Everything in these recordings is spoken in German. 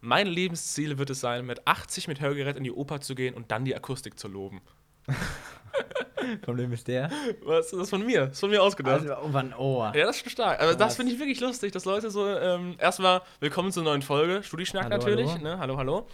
Mein Lebensziel wird es sein, mit 80 mit Hörgerät in die Oper zu gehen und dann die Akustik zu loben. Von wem ist der? Was das ist von mir? Das ist von mir ausgedacht. Also, oh, Van Ohr. ja, das ist schon stark. Also, das Krass. finde ich wirklich lustig, dass Leute so. Ähm, erstmal willkommen zur neuen Folge. Studieschnack Hallo, natürlich. hallo. Ne? hallo. hallo.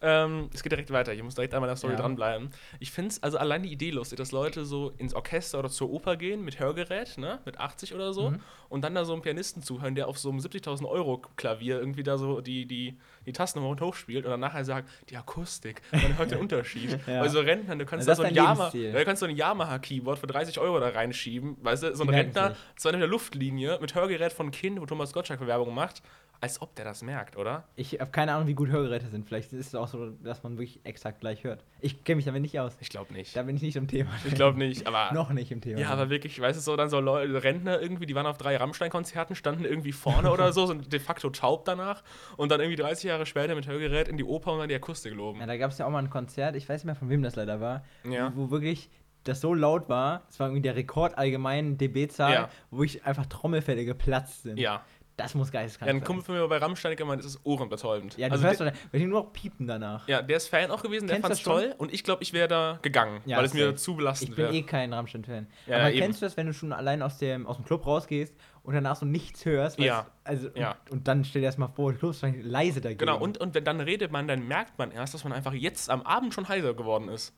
Ähm, es geht direkt weiter. Ich muss direkt an meiner Story Ja. dranbleiben. Ich finde es also allein die Idee lustig, dass Leute so ins Orchester oder zur Oper gehen mit Hörgerät, ne? mit 80 oder so, Mhm. und dann da so einem Pianisten zuhören, der auf so einem 70.000 Euro Klavier irgendwie da so die, die, die Tasten hoch und hoch spielt und dann nachher sagt, die Akustik, man hört den Unterschied. Ja. Also Rentner, du kannst Also da das so ist ein dein Yamaha, Lebensstil. ja, Du kannst so ein Yamaha-Keyboard für 30 Euro da reinschieben, weißt du, so ein Die merken Rentner, sich. zwar in der Luftlinie, mit Hörgerät von Kind, wo Thomas Gottschalk Werbung macht, als ob der das merkt, oder? Ich habe keine Ahnung, wie gut Hörgeräte sind. Vielleicht ist es auch so, dass man wirklich exakt gleich hört. Ich kenne mich damit nicht aus. Ich glaube nicht. Da bin ich nicht im Thema. Ich glaube nicht, aber. Noch nicht im Thema. Ja, aber wirklich, weißt du, so dann so Leute, Rentner irgendwie, die waren auf drei Rammstein-Konzerten, standen irgendwie vorne oder so, sind de facto taub danach und dann irgendwie 30 Jahre später mit Hörgerät in die Oper und dann die Akustik loben. Ja, da gab es ja auch mal ein Konzert, ich weiß nicht mehr, von wem das leider war, Ja. wo wirklich das so laut war, es war irgendwie der Rekord allgemein dB-Zahl, Ja. wo ich einfach Trommelfälle geplatzt sind. Ja. Das muss geisteskrank ja ein sein. Kumpel von mir war bei Rammstein gemeint, es ist ohrenbetäubend. ja, du Also hörst de- doch, wenn die nur noch piepen danach. ja, der ist Fan auch gewesen, der Kennst fand es das schon? toll und ich glaube, ich wäre da gegangen, Ja, weil es mir safe. zu belastend Ich bin wäre. eh kein Rammstein-Fan. Ja, Aber eben. kennst du das, wenn du schon allein aus dem, aus dem Club rausgehst und danach so nichts hörst? Ja. weil's- Also, Ja. Und, und dann stell dir erstmal vor, du klopfst leise dagegen. Genau, und, und wenn dann redet man, dann merkt man erst, dass man einfach jetzt am Abend schon heiser geworden ist.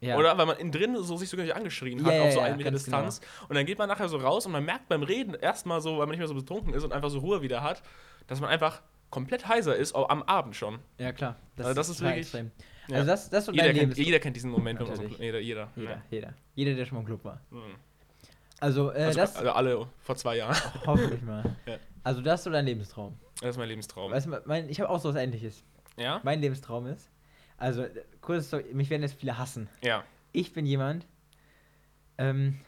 ja. Oder weil man innen drin so sich sogar nicht angeschrien hat Ja, ja, auf so ja, einen Meter ganz genau. Distanz. Und dann geht man nachher so raus und man merkt beim Reden erstmal so, weil man nicht mehr so betrunken ist und einfach so Ruhe wieder hat, dass man einfach komplett heiser ist, auch am Abend schon. Ja, klar. Also das ist total wirklich- extrem. ja. Also, das, das ist so Jeder dein kennt, Lebens. jeder kennt diesen Moment. Wenn man so, Natürlich. jeder, jeder. Jeder, Ja. jeder. Jeder, der schon mal im Club war. Also, äh, Mhm. Also, das Oh. also alle vor zwei Jahren. hoffentlich mal. Ja. Also, das ist so dein Lebenstraum. Das ist mein Lebenstraum. Weißt du, mein, ich habe auch so was Ähnliches. Ja? Mein Lebenstraum ist, also, äh, kurz, so- mich werden jetzt viele hassen. Ja. Ich bin jemand, ähm,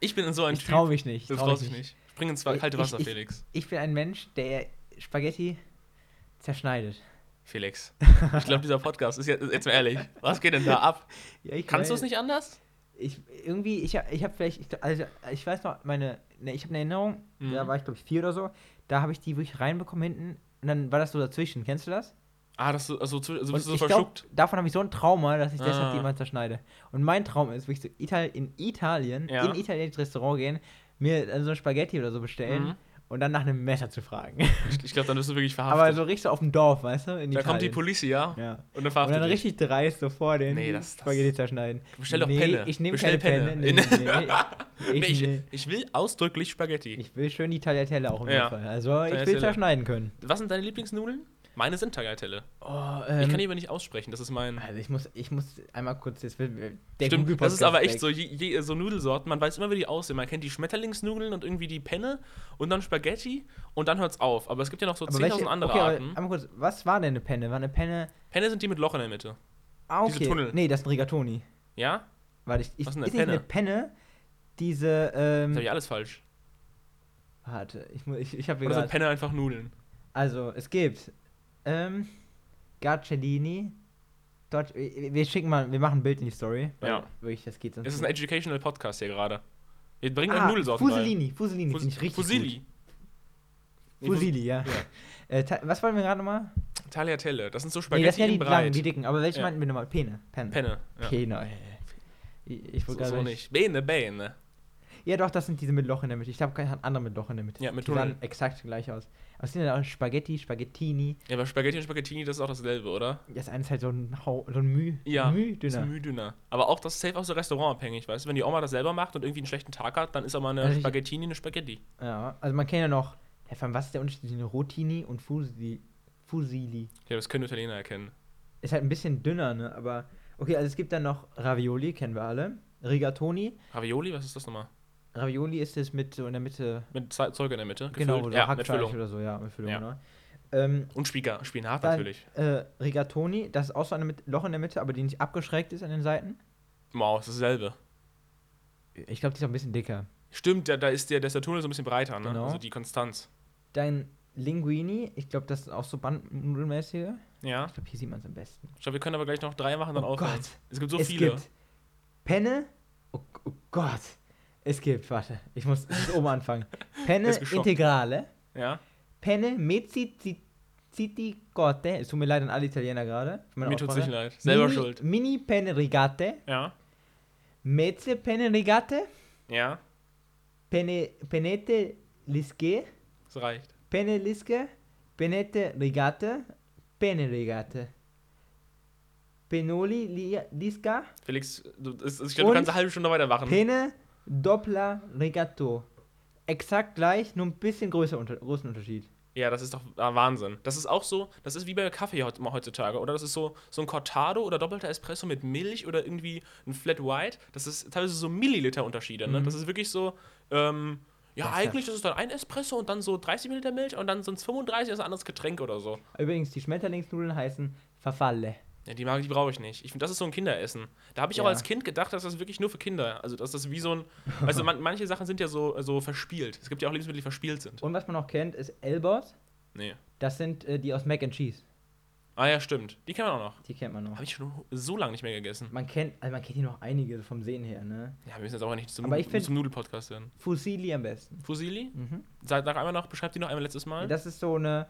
Ich bin so ein ich Typ. traue mich nicht. das trau traust ich nicht. Spring ins Ich- kalte ich- Wasser, ich- Felix. Ich bin ein Mensch, der Spaghetti zerschneidet. Felix. Ich glaube, dieser Podcast ist jetzt, jetzt mal ehrlich. Was geht denn da ab? Ja, ich Kannst du weiß- es nicht anders? Ich, irgendwie, ich habe ich hab vielleicht, ich, also, ich weiß noch, meine, ne, ich habe eine Erinnerung, Mhm. da war ich glaube ich vier oder so, da habe ich die wirklich reinbekommen hinten und dann war das so dazwischen. Kennst du das? Ah, das so, also, zu- also Und bist du so ich glaub, verschluckt. davon habe ich so ein Trauma, dass ich Ah. deshalb die immer zerschneide. Und mein Traum ist, wirklich so Ital in Italien, Ja. in italienisches Restaurant gehen, mir dann so ein Spaghetti oder so bestellen Mhm. und dann nach einem Messer zu fragen. Ich, ich glaube, dann wirst du wirklich verhaftet. Aber so richtig so auf dem Dorf, weißt du? In da Italien. kommt die Polizia Ja. und dann Und verhaftet dann dich. richtig dreist so vor den Nee, das- das- Spaghetti zerschneiden. Bestell doch nee, Penne. Ich nehme Bestell keine Penne. Penne. Nee, nee, nee. Nee, Ich, ich, nee. ich will ausdrücklich Spaghetti. ich will schön die Tagliatelle auch im Ja. Fall. Also ich will Tagliatelle. zerschneiden können. Was sind deine Lieblingsnudeln? Meine sind Tagliatelle. Oh, ähm, ich kann die aber nicht aussprechen, das ist mein... also ich muss, ich muss einmal kurz jetzt. Der Stimmt, das Google-Podcast ist aber echt weg. so, je, je, so Nudelsorten, man weiß immer, wie die aussehen. Man kennt die Schmetterlingsnudeln und irgendwie die Penne und dann Spaghetti und dann hört's auf. Aber es gibt ja noch so Aber welche- 10.000 andere okay, aber Arten. Einmal kurz, was war denn eine Penne? War eine Penne. Penne sind die mit Loch in der Mitte. Ah, okay. Diese Tunnel. Nee, das ist ein Rigatoni. Ja? Warte, ich, ich, Was ist denn ist eine nicht eine Penne? Diese, Das habe ähm, ich alles falsch. warte, ich, mu- ich, ich habe Oder sind Penne einfach Nudeln? Also, es gibt ähm, Garcellini. Dort, wir wir schicken mal, wir machen ein Bild in die Story. weil Ja. Wirklich, das geht sonst. Es ist ein nicht. educational Podcast hier gerade. Wir bringen ah, ah, Nudelsorten rein. Fusilini, Fusilini, Fus- finde ich richtig Fusilli. gut. Fusilli, ja. Äh, Ta- was wollen wir gerade nochmal? Tagliatelle. Das sind so Nee, Spaghetti das sind ja die in breit. langen, die dicken. Aber welche Ja. meinten wir nochmal? Pene. Penne. Penne. Ja. Pene, ey. Ich, ich So, wollte so gerade nicht. Bene, Bene. Ja, doch, das sind diese mit Loch in der Mitte. Ich glaube, keine andere mit Loch in der Mitte. Ja, mit die Tunnel. sahen exakt gleich aus. Aber es sind ja auch Spaghetti, Spaghettini. Ja, aber Spaghetti und Spaghettini, das ist auch dasselbe, oder? Das eine ist halt so ein, Hau, so ein Müh. Ja, Müh Das dünner. Ist müh dünner. Aber auch das ist safe auch so restaurantabhängig, weißt du? Wenn die Oma das selber macht und irgendwie einen schlechten Tag hat, dann ist aber eine Also ich- Spaghettini eine Spaghetti. Ja, also man kennt ja noch. Hä, von was ist der Unterschied zwischen Rotini und Fusi, Fusili? Ja, das können Italiener erkennen. Ist halt ein bisschen dünner, ne? Aber. Okay, also es gibt dann noch Ravioli, kennen wir alle. Rigatoni. Ravioli, was ist das nochmal? Ravioli ist es mit so in der Mitte. Mit Ze- Zeug in der Mitte. Genau, gefüllt. oder ja, mit Hackfleisch Füllung. oder so, ja, mit Füllung, Ja. ne? Ähm, Und Spieker, Spinat Dann, natürlich. Äh, Rigatoni, das ist auch so ein Loch in der Mitte, aber die nicht abgeschrägt ist an den Seiten. Wow, ist dasselbe. Ich glaube, die ist auch ein bisschen dicker. Stimmt, da, da ist der, da ist der Tunnel so ein bisschen breiter, ne? Genau. Also die Konstanz. Dein Linguini, ich glaube, das sind auch so Bandnudelmäßige. Ja. Ich glaube, hier sieht man es am besten. Ich glaube, wir können aber gleich noch drei machen, dann Oh aufhören. Gott. Es gibt so es viele. gibt Penne. Oh, oh Gott. Es gibt, warte, ich muss es ist oben anfangen. Penne Er ist geschockt. Integrale. Ja. Penne Mezzi Citi Corte. Es tut mir leid an alle Italiener gerade. für meine Mir tut's Aussprache. nicht leid. Selber Mini, schuld. Mini Penne Rigate. Ja. Mezze Penne Rigate. Ja. Penne, Penete Lisque. Das reicht. Penne Lisque. Penete Rigate. Penne Rigate. Penoli Li- Lisca. Felix, du, es- es- ich glaube, du Und- kannst eine halbe Stunde weitermachen. Penne Doppler Regato. Exakt gleich, nur ein bisschen größer unter, großen Unterschied. Ja, das ist doch ah, Wahnsinn. Das ist auch so, das ist wie bei Kaffee heut- immer heutzutage, oder? Das ist so, so ein Cortado oder doppelter Espresso mit Milch oder irgendwie ein Flat White. Das ist teilweise so Milliliter-Unterschiede, ne? Mhm. Das ist wirklich so, ähm, ja, Das ist ja- eigentlich ist es dann ein Espresso und dann so 30 Milliliter Milch und dann sind es 35, das ist ein anderes Getränk oder so. Übrigens, die Schmetterlingsnudeln heißen Verfalle. Ja, die mag die brauche ich nicht. Ich finde, das ist so ein Kinderessen. Da habe ich auch Ja. als Kind gedacht, dass das wirklich nur für Kinder, also dass das wie so ein, also man, manche Sachen sind ja so, so verspielt. Es gibt ja auch Lebensmittel, die verspielt sind. Und was man noch kennt, ist Elbers. Nee. Das sind äh, die aus Mac and Cheese. Ah ja, stimmt. Die kennen wir auch noch. Die kennt man noch. Habe ich schon so lange nicht mehr gegessen. Man kennt, also man kennt hier noch einige vom Sehen her, ne? Ja, wir müssen jetzt auch nicht zum, Aber ich find- zum Nudel-Podcast werden. Fusilli am besten. Fusili? Mhm. Sag, sag einmal noch, beschreib die noch einmal letztes Mal. Das ist so eine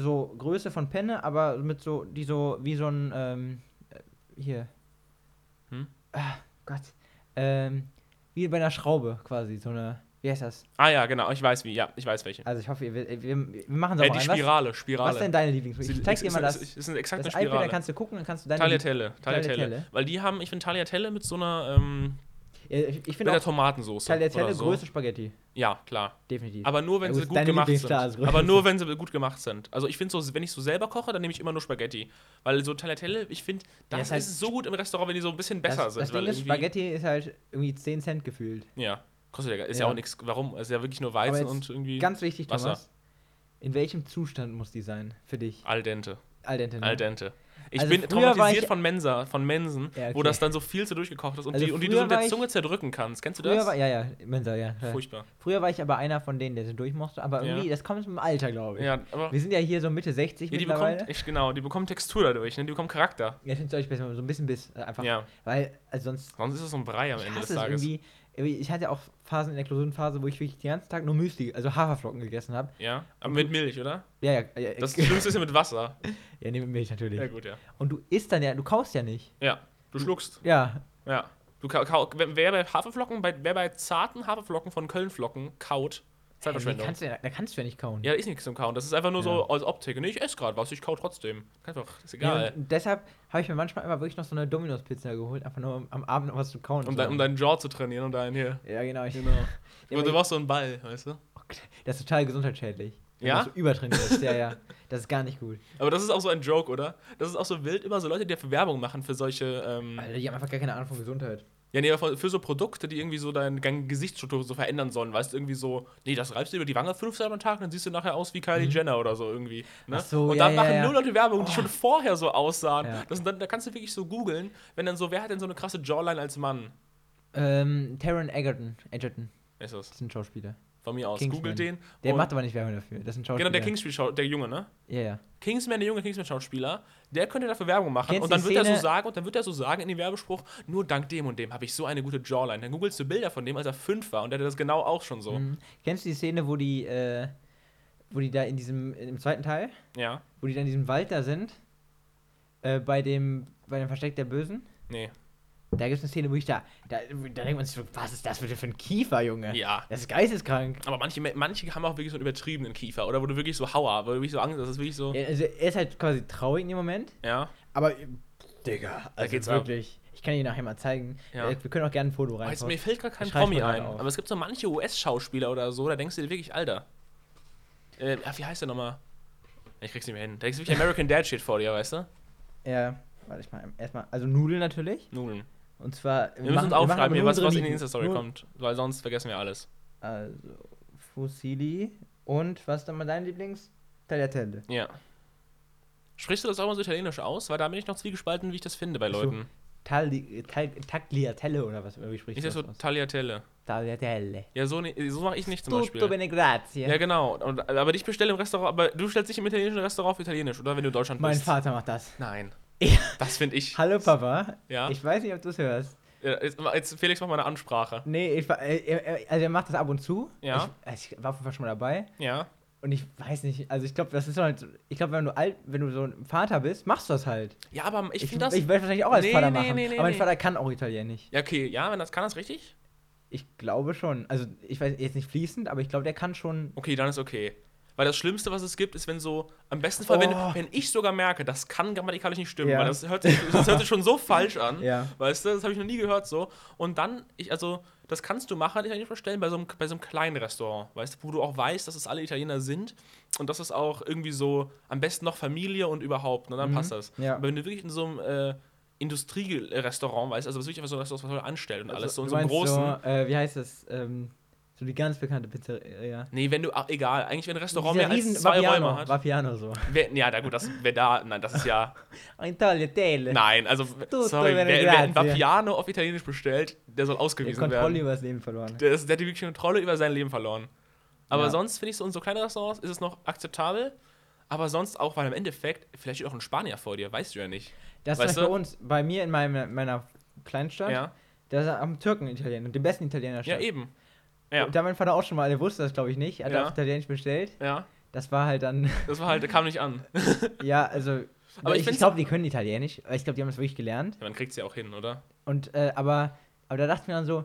so Größe von Penne, aber mit so, die so, wie so ein, ähm, äh, hier. Hm? Ah, Gott. Ähm, wie bei einer Schraube quasi, so eine, wie heißt das? ah ja, genau, ich weiß wie. Ja, ich weiß welche. Also ich hoffe, ihr, wir, wir, wir machen es Äh, auch die mal ein. Was, Spirale, Spirale. was ist denn deine Lieblingsmusik? Ich zeig dir mal das, Ist, ist eine exakte das iPad, da Spirale. kannst du gucken, dann kannst du deine Lieblings- Tagliatelle, Tagliatelle. Tagliatelle. Weil die haben, ich finde Tagliatelle mit so einer, ähm, Ja, Äh, Ich, ich mit finde einer auch Tomatensoße. Tagliatelle oder so. größte Spaghetti, Ja, klar. definitiv. Aber nur, wenn Ja, sie gut, gut deine also. gemacht sind. Lieblingsstahl ist größer. Aber nur, wenn sie gut gemacht sind. Also ich finde so, wenn ich so selber koche, dann nehme ich immer nur Spaghetti. Weil so Tagliatelle, ich finde, das ist halt- ist so gut im Restaurant, wenn die so ein bisschen besser das, sind. das Ding weil ist, irgendwie- Spaghetti ist halt irgendwie 10 Cent gefühlt. Ja, kostet ja, ist ja, Ja. auch nichts. Warum? Ist ja wirklich nur Weizen jetzt und irgendwie Ganz wichtig, Wasser. Thomas. In welchem Zustand muss die sein für dich? al dente. Al dente. ne? Al dente. Ich Also bin früher war traumatisiert ich- von Mensa, von Mensen, Ja, wo okay. das dann so viel zu durchgekocht ist und, Also die, und die du früher so mit der war ich- Zunge zerdrücken kannst. Kennst du Früher das? war, ja, ja, Mensa, ja. ja. Furchtbar. Früher war ich aber einer von denen, der so durch musste, aber Ja. irgendwie, das kommt mit dem Alter, glaube ich. Ja, aber Wir sind ja hier so Mitte 60 ja, die mittlerweile. bekommt, ich, genau, die bekommt Textur dadurch, ne? die bekommt Charakter. ja, ich finde es euch besser, wenn man so ein bisschen Biss äh, einfach. Ja, Weil, also sonst sonst ist es so ein Brei am ich Ende des hasse es Tages. irgendwie. Irgendwie, Ich hatte auch Phasen in der Klausurenphase, wo ich wirklich den ganzen Tag nur Müsli, also Haferflocken gegessen habe. Ja, aber mit Milch, oder? Ja, ja, ja. Das Schlimmste ist ja mit Wasser. ja, nee, mit Milch natürlich. Ja, gut, ja. Und du isst dann ja, du kaust ja nicht. Ja, du schluckst. Ja, Ja. Du ka- ka- wer wer bei Haferflocken, bei, wer bei zarten Haferflocken von Kölnflocken kaut, also, Zeitverschwendung. kannst du, ja- da kannst du ja nicht kauen. Ja, ist nichts zum Kauen. Das ist einfach nur so Ja. als Optik. Nee, ich esse gerade was, ich kau trotzdem. Einfach, ist Ja, egal. und deshalb habe ich mir manchmal immer wirklich noch so eine Domino's-Pizza geholt, einfach nur um, am Abend noch was zu kauen. um, zu dein, um haben. deinen Jaw zu trainieren und deinen hier. ja, genau. Ich, Genau. Ja, und du aber brauchst so einen Ball, weißt du? ich, das ist total gesundheitsschädlich. wenn Ja? man so übertrainiert ist. Ja, ja. Das ist gar nicht gut. Aber das ist auch so ein Joke, oder? Das ist auch so wild, immer so Leute, die dafür Werbung machen für solche, ähm, Alter, die haben einfach gar keine Ahnung von Gesundheit. ja, nee, aber für so Produkte, die irgendwie so deine deine Gesichtsstruktur so verändern sollen. Weißt du, irgendwie so, nee, das reibst du über die Wange fünf Mal am Tag, dann siehst du nachher aus wie Kylie Jenner oder so irgendwie. Ne? Mhm. Ach so, und ja, dann ja, machen ja. Oh. nur Leute Werbung, die schon vorher so aussahen. Ja. Das, sind dann, da kannst du wirklich so googeln, wenn dann so, wer hat denn so eine krasse Jawline als Mann? Ähm, Taron Egerton, Edgerton, Ist es. das ist ein Schauspieler. Von mir aus. Kingsman. Googelt den. Der und- macht aber nicht Werbung dafür. Das ist ein Genau, Schauspieler. der Kingsman, der Junge, ne? Ja, ja. Kingsman, der junge Kingsman-Schauspieler, der könnte dafür Werbung machen. Kennst und dann die wird er so Szene- sagen, und dann wird er so sagen in dem Werbespruch, nur dank dem und dem habe ich so eine gute Jawline. Dann googelst du Bilder von dem, als er fünf war und der hatte das genau auch schon so. Mhm. Kennst du die Szene, wo die, äh, wo die da in diesem, im zweiten Teil, Ja. wo die da in diesem Wald da sind, äh, bei dem, bei dem Versteck der Bösen? Nee. Da gibt es eine Szene, wo ich da, da, da denkt man sich so, was ist das bitte für ein Kiefer, Junge? Ja. Das ist geisteskrank. Aber manche, manche haben auch wirklich so einen übertriebenen Kiefer oder wo du wirklich so Hauer, wo du wirklich so Angst hast, das ist wirklich so. Ja, also er ist halt quasi traurig in dem Moment, Ja. aber äh, Digga, also geht's geht's ab. wirklich. Ich kann dir nachher mal zeigen. Ja. Äh, Wir können auch gerne ein Foto Jetzt, mir reinpacken. fällt gerade kein Schreib Promi mir ein. einen auf. Aber es gibt so manche US-Schauspieler oder so, da denkst du dir wirklich, Alter. Äh, ah, wie heißt der nochmal? Ich krieg's nicht mehr hin. Da ist wirklich American Dad Shit vor dir, weißt du? Ja, warte ich mal. Erstmal, also Nudeln natürlich. Nudeln. Und zwar. Wir müssen uns machen- wir machen aufschreiben, aber hier, nur was, unsere was in die Lieben. Insta-Story Nur- kommt, weil sonst vergessen wir alles. Also, Fusilli und was ist dann mal dein Lieblings? Tagliatelle. Ja. Sprichst du das auch mal so italienisch aus? Weil da bin ich noch zwiegespalten, wie ich das finde bei so. Leuten. Tagli Tag Tagliatelle oder was? Oder wie sprichst Ich du sag das so aus? Tagliatelle. Tagliatelle. Ja, so, ne- so mache ich nicht zum Tutto Beispiel. bene grazie. Ja, genau. Und, aber ich bestelle im Restaurant, aber du stellst dich im italienischen Restaurant auf Italienisch, oder? Wenn du in Deutschland mein bist. Vater macht das. Nein. Ja. Das finde ich. Hallo Papa. Ja. Ich weiß nicht, ob du es hörst. Ja, Jetzt, jetzt Felix macht mal eine Ansprache. Nee, ich war, äh, er- er- äh, also er macht das ab und zu. Ja. Ich, also ich war auf jeden Fall schon mal dabei. Ja. Und ich weiß nicht, also ich glaube, das ist halt, ich glaube, wenn du alt, wenn du so ein Vater bist, machst du das halt. Ja, aber ich Ich, finde das. ich werde wahrscheinlich auch als Nee, Vater nee, machen. nee, nee, aber mein nee. Vater kann auch Italienisch. ja, okay, ja, wenn das kann, das richtig? Ich glaube schon. Also ich weiß jetzt nicht fließend, aber ich glaube, der kann schon. Okay, dann ist okay. Weil das Schlimmste, was es gibt, ist, wenn so, am besten Fall, wenn, Oh. wenn ich sogar merke, das kann grammatikalisch nicht stimmen, Ja. weil das hört, sich, das hört sich schon so falsch an. Ja. Weißt du, das habe ich noch nie gehört so. Und dann, ich, also, das kannst du machen, ich kann vorstellen, bei so, einem, bei so einem kleinen Restaurant, weißt du, wo du auch weißt, dass es alle Italiener sind und dass es auch irgendwie so, am besten noch Familie und überhaupt, ne, dann Mhm, passt das. ja. Aber wenn du wirklich in so einem äh, Industrierestaurant weißt, also was wirklich einfach so ein Restaurant, was Leute anstellen und alles, so in Also du so einem meinst großen. So, äh, wie heißt das? Ähm, so die ganz bekannte Pizzeria. Nee, wenn du, ach, egal, eigentlich wenn ein Restaurant Dieser mehr als riesen zwei Vapiano, Räume hat. Vapiano so. Wer, ja, na gut, das wer da, nein, das ist ja. Ein tolle Tele. Nein, also Tutto sorry, wer, bene wer einen grazie. Vapiano auf Italienisch bestellt, der soll Die ausgewiesen Kontrolle werden. über das Leben verloren. Der, ist, der hat die wirkliche Kontrolle über sein Leben verloren. Aber Ja. sonst finde ich so in so kleinen Restaurants ist es noch akzeptabel. Aber sonst auch, weil im Endeffekt, vielleicht steht auch ein Spanier vor dir, weißt du ja nicht. Das Weißt ist bei du? uns, bei mir in meiner, meiner Kleinstadt, Ja, da ist am Türken Italiener, dem besten Italiener ja eben. Ja. Da mein Vater auch schon mal, der wusste das glaube ich nicht, hat Ja. auf Italienisch bestellt. Ja, Das war halt dann, das war halt, der kam nicht an. Ja, ja, also. Aber ich ich, ich find's- glaube, die können Italienisch. aber Ich glaube, die haben das wirklich gelernt. man kriegt es ja auch hin, oder? Und, äh, aber, aber da dachte ich mir dann so,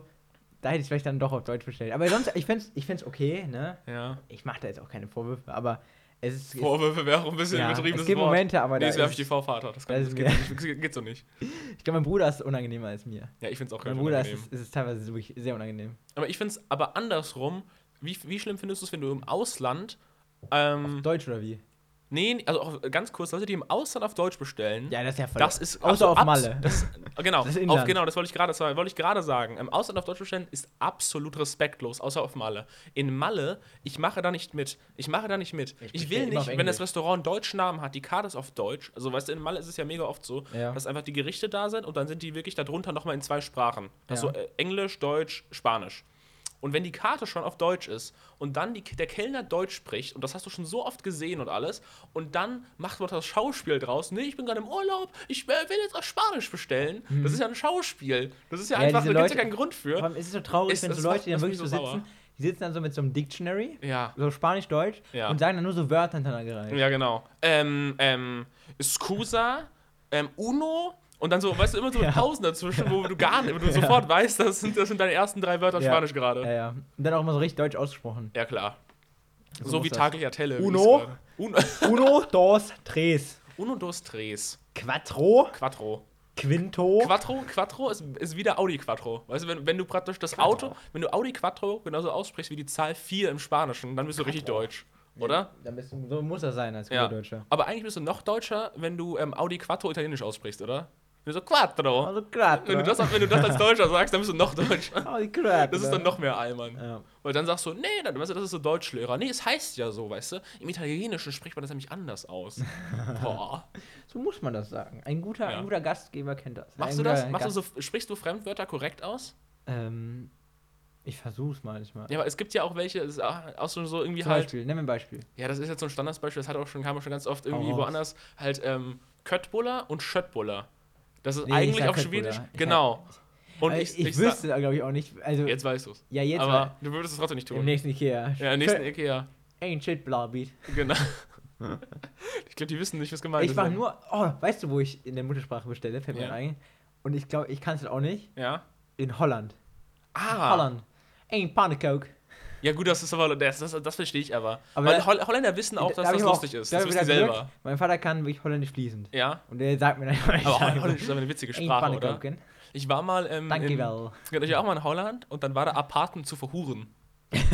da hätte ich vielleicht dann doch auf Deutsch bestellt. Aber sonst, ich fände es ich find's okay, ne? Ja. Ich mache da jetzt auch keine Vorwürfe, aber es ist. Vorwürfe wäre auch ein es, bisschen ja, übertriebenes es gibt Wort. Momente, aber nee, da jetzt werfe ich ist, die V-Vater. Das, kann, da das, ist geht, das geht so nicht. ich glaube, mein Bruder ist unangenehmer als mir. Ja, ich finde es auch Mein ganz Bruder ist, unangenehm. es- ist es teilweise wirklich sehr unangenehm. Aber ich finde es aber andersrum. Wie, wie schlimm findest du es, wenn du im Ausland. Ähm, Deutsch oder wie? nee, also auch ganz kurz, Leute, die im Ausland auf Deutsch bestellen. Ja, das ist ja voll. Das ist also Außer auf abs- Malle. Das ist, genau, Das ist auf, Inland. genau, das wollte ich gerade das wollte ich gerade sagen. Im Ausland auf Deutsch bestellen ist absolut respektlos, außer auf Malle. In Malle, ich mache da nicht mit. Ich mache da nicht mit. Ich, Ich will bestell immer auf nicht, wenn das Englisch. Restaurant einen deutschen Namen hat, die Karte ist auf Deutsch. Also weißt du, in Malle ist es ja mega oft so, Ja. dass einfach die Gerichte da sind und dann sind die wirklich darunter nochmal in zwei Sprachen. Also Ja. äh, Englisch, Deutsch, Spanisch. Und wenn die Karte schon auf Deutsch ist und dann die, der Kellner Deutsch spricht, und das hast du schon so oft gesehen und alles, und dann macht man das Schauspiel draus, nee, ich bin gerade im Urlaub, ich äh, will jetzt auf Spanisch bestellen. Das ist ja ein Schauspiel. Das ist ja, Mhm. Ja, einfach, da diese gibt es ja Leute- keinen Grund Vor für. allem ist es so traurig, Ist- wenn das so Leute, macht- die dann das wirklich so macht mich so sitzen, sauer. die sitzen dann so mit so einem Dictionary, Ja, so Spanisch-Deutsch, Ja. und sagen dann nur so Wörter hintereingereicht. ja, genau. Ähm, ähm, Scusa, ähm, Uno. Und dann so, weißt du, immer so mit Ja. Pausen dazwischen, wo du gar nicht, wo du sofort weißt, das sind, das sind deine ersten drei Wörter Ja. Spanisch Ja, gerade. ja. Und dann auch immer so richtig deutsch ausgesprochen. Ja, klar. So, So wie muss das. Tagliatelle. wie Uno. ich's gerade- Uno. Uno, dos, tres, Uno, dos, tres. quattro, Quattro. quinto. Quattro, Quattro ist, ist wieder Audi Quattro. Weißt du, wenn, wenn du praktisch das Auto, wenn du Audi Quattro genauso aussprichst wie die Zahl 4 im Spanischen, dann bist du richtig deutsch, oder? Dann bist du, so muss das sein als guter Ja. Deutscher. Aber eigentlich bist du noch deutscher, wenn du ähm, Audi Quattro italienisch aussprichst, oder? Wenn du so Quattro. Also grad. wenn, du das, wenn du das als Deutscher sagst, dann bist du noch deutscher. also grad, Das ist dann noch mehr Allmann. Ja. Weil dann sagst du, nee, dann, weißt du, das ist so Deutschlehrer. Nee, es heißt ja so, weißt du? Im Italienischen spricht man das nämlich anders aus. Boah. So muss man das sagen. Ein guter, Ja. ein guter Gastgeber kennt das. Machst ein du das? guter Machst du Gast- so, sprichst du Fremdwörter korrekt aus? Ähm, ich versuch's manchmal. Ja, aber es gibt ja auch welche, es ist auch auch so, so irgendwie Zum halt. Beispiel, nimm mir ein Beispiel. Ja, das ist jetzt so ein Standardbeispiel, das hat auch schon, kam auch schon ganz oft irgendwie Hau raus. woanders. Halt ähm, Köttbuller und Schöttbuller. Das ist Nee, ich eigentlich sag auf Köttbullar. Schwedisch. Ich genau. Und Also ich, ich, sag- wüsste, glaube ich, auch nicht. Also, Jetzt weißt du es. ja, jetzt Aber war du würdest es trotzdem nicht im tun. nächsten Ikea. Ja, im nächsten Ikea. Ancient Blabit. Genau. ich glaube, die wissen nicht, was gemeint Ich ist. mache nur, oh, weißt du, wo ich in der Muttersprache bestelle? Fällt mir Ja. ein. Und ich glaube, ich kann es auch nicht. Ja. In Holland. Ah. Holland. Ein Pannekoek. Ja, gut, das ist aber. Das, das, das verstehe ich aber. Aber Weil da- Holl- Holländer wissen auch, Da dass hab das ich mir auch- lustig ist. da Das hab ich wissen die mir gedacht, selber. Glück, Mein Vater kann wirklich Holländisch fließend. Ja. Und der sagt mir dann immer, ich Aber sage, Holländisch ist aber eine witzige "Ein Sprache, oder? Pannenkoeken." Ich war mal ähm, Danke, in, well. Ja, Ich war auch mal in Holland und dann war da Apartment zu verhuren.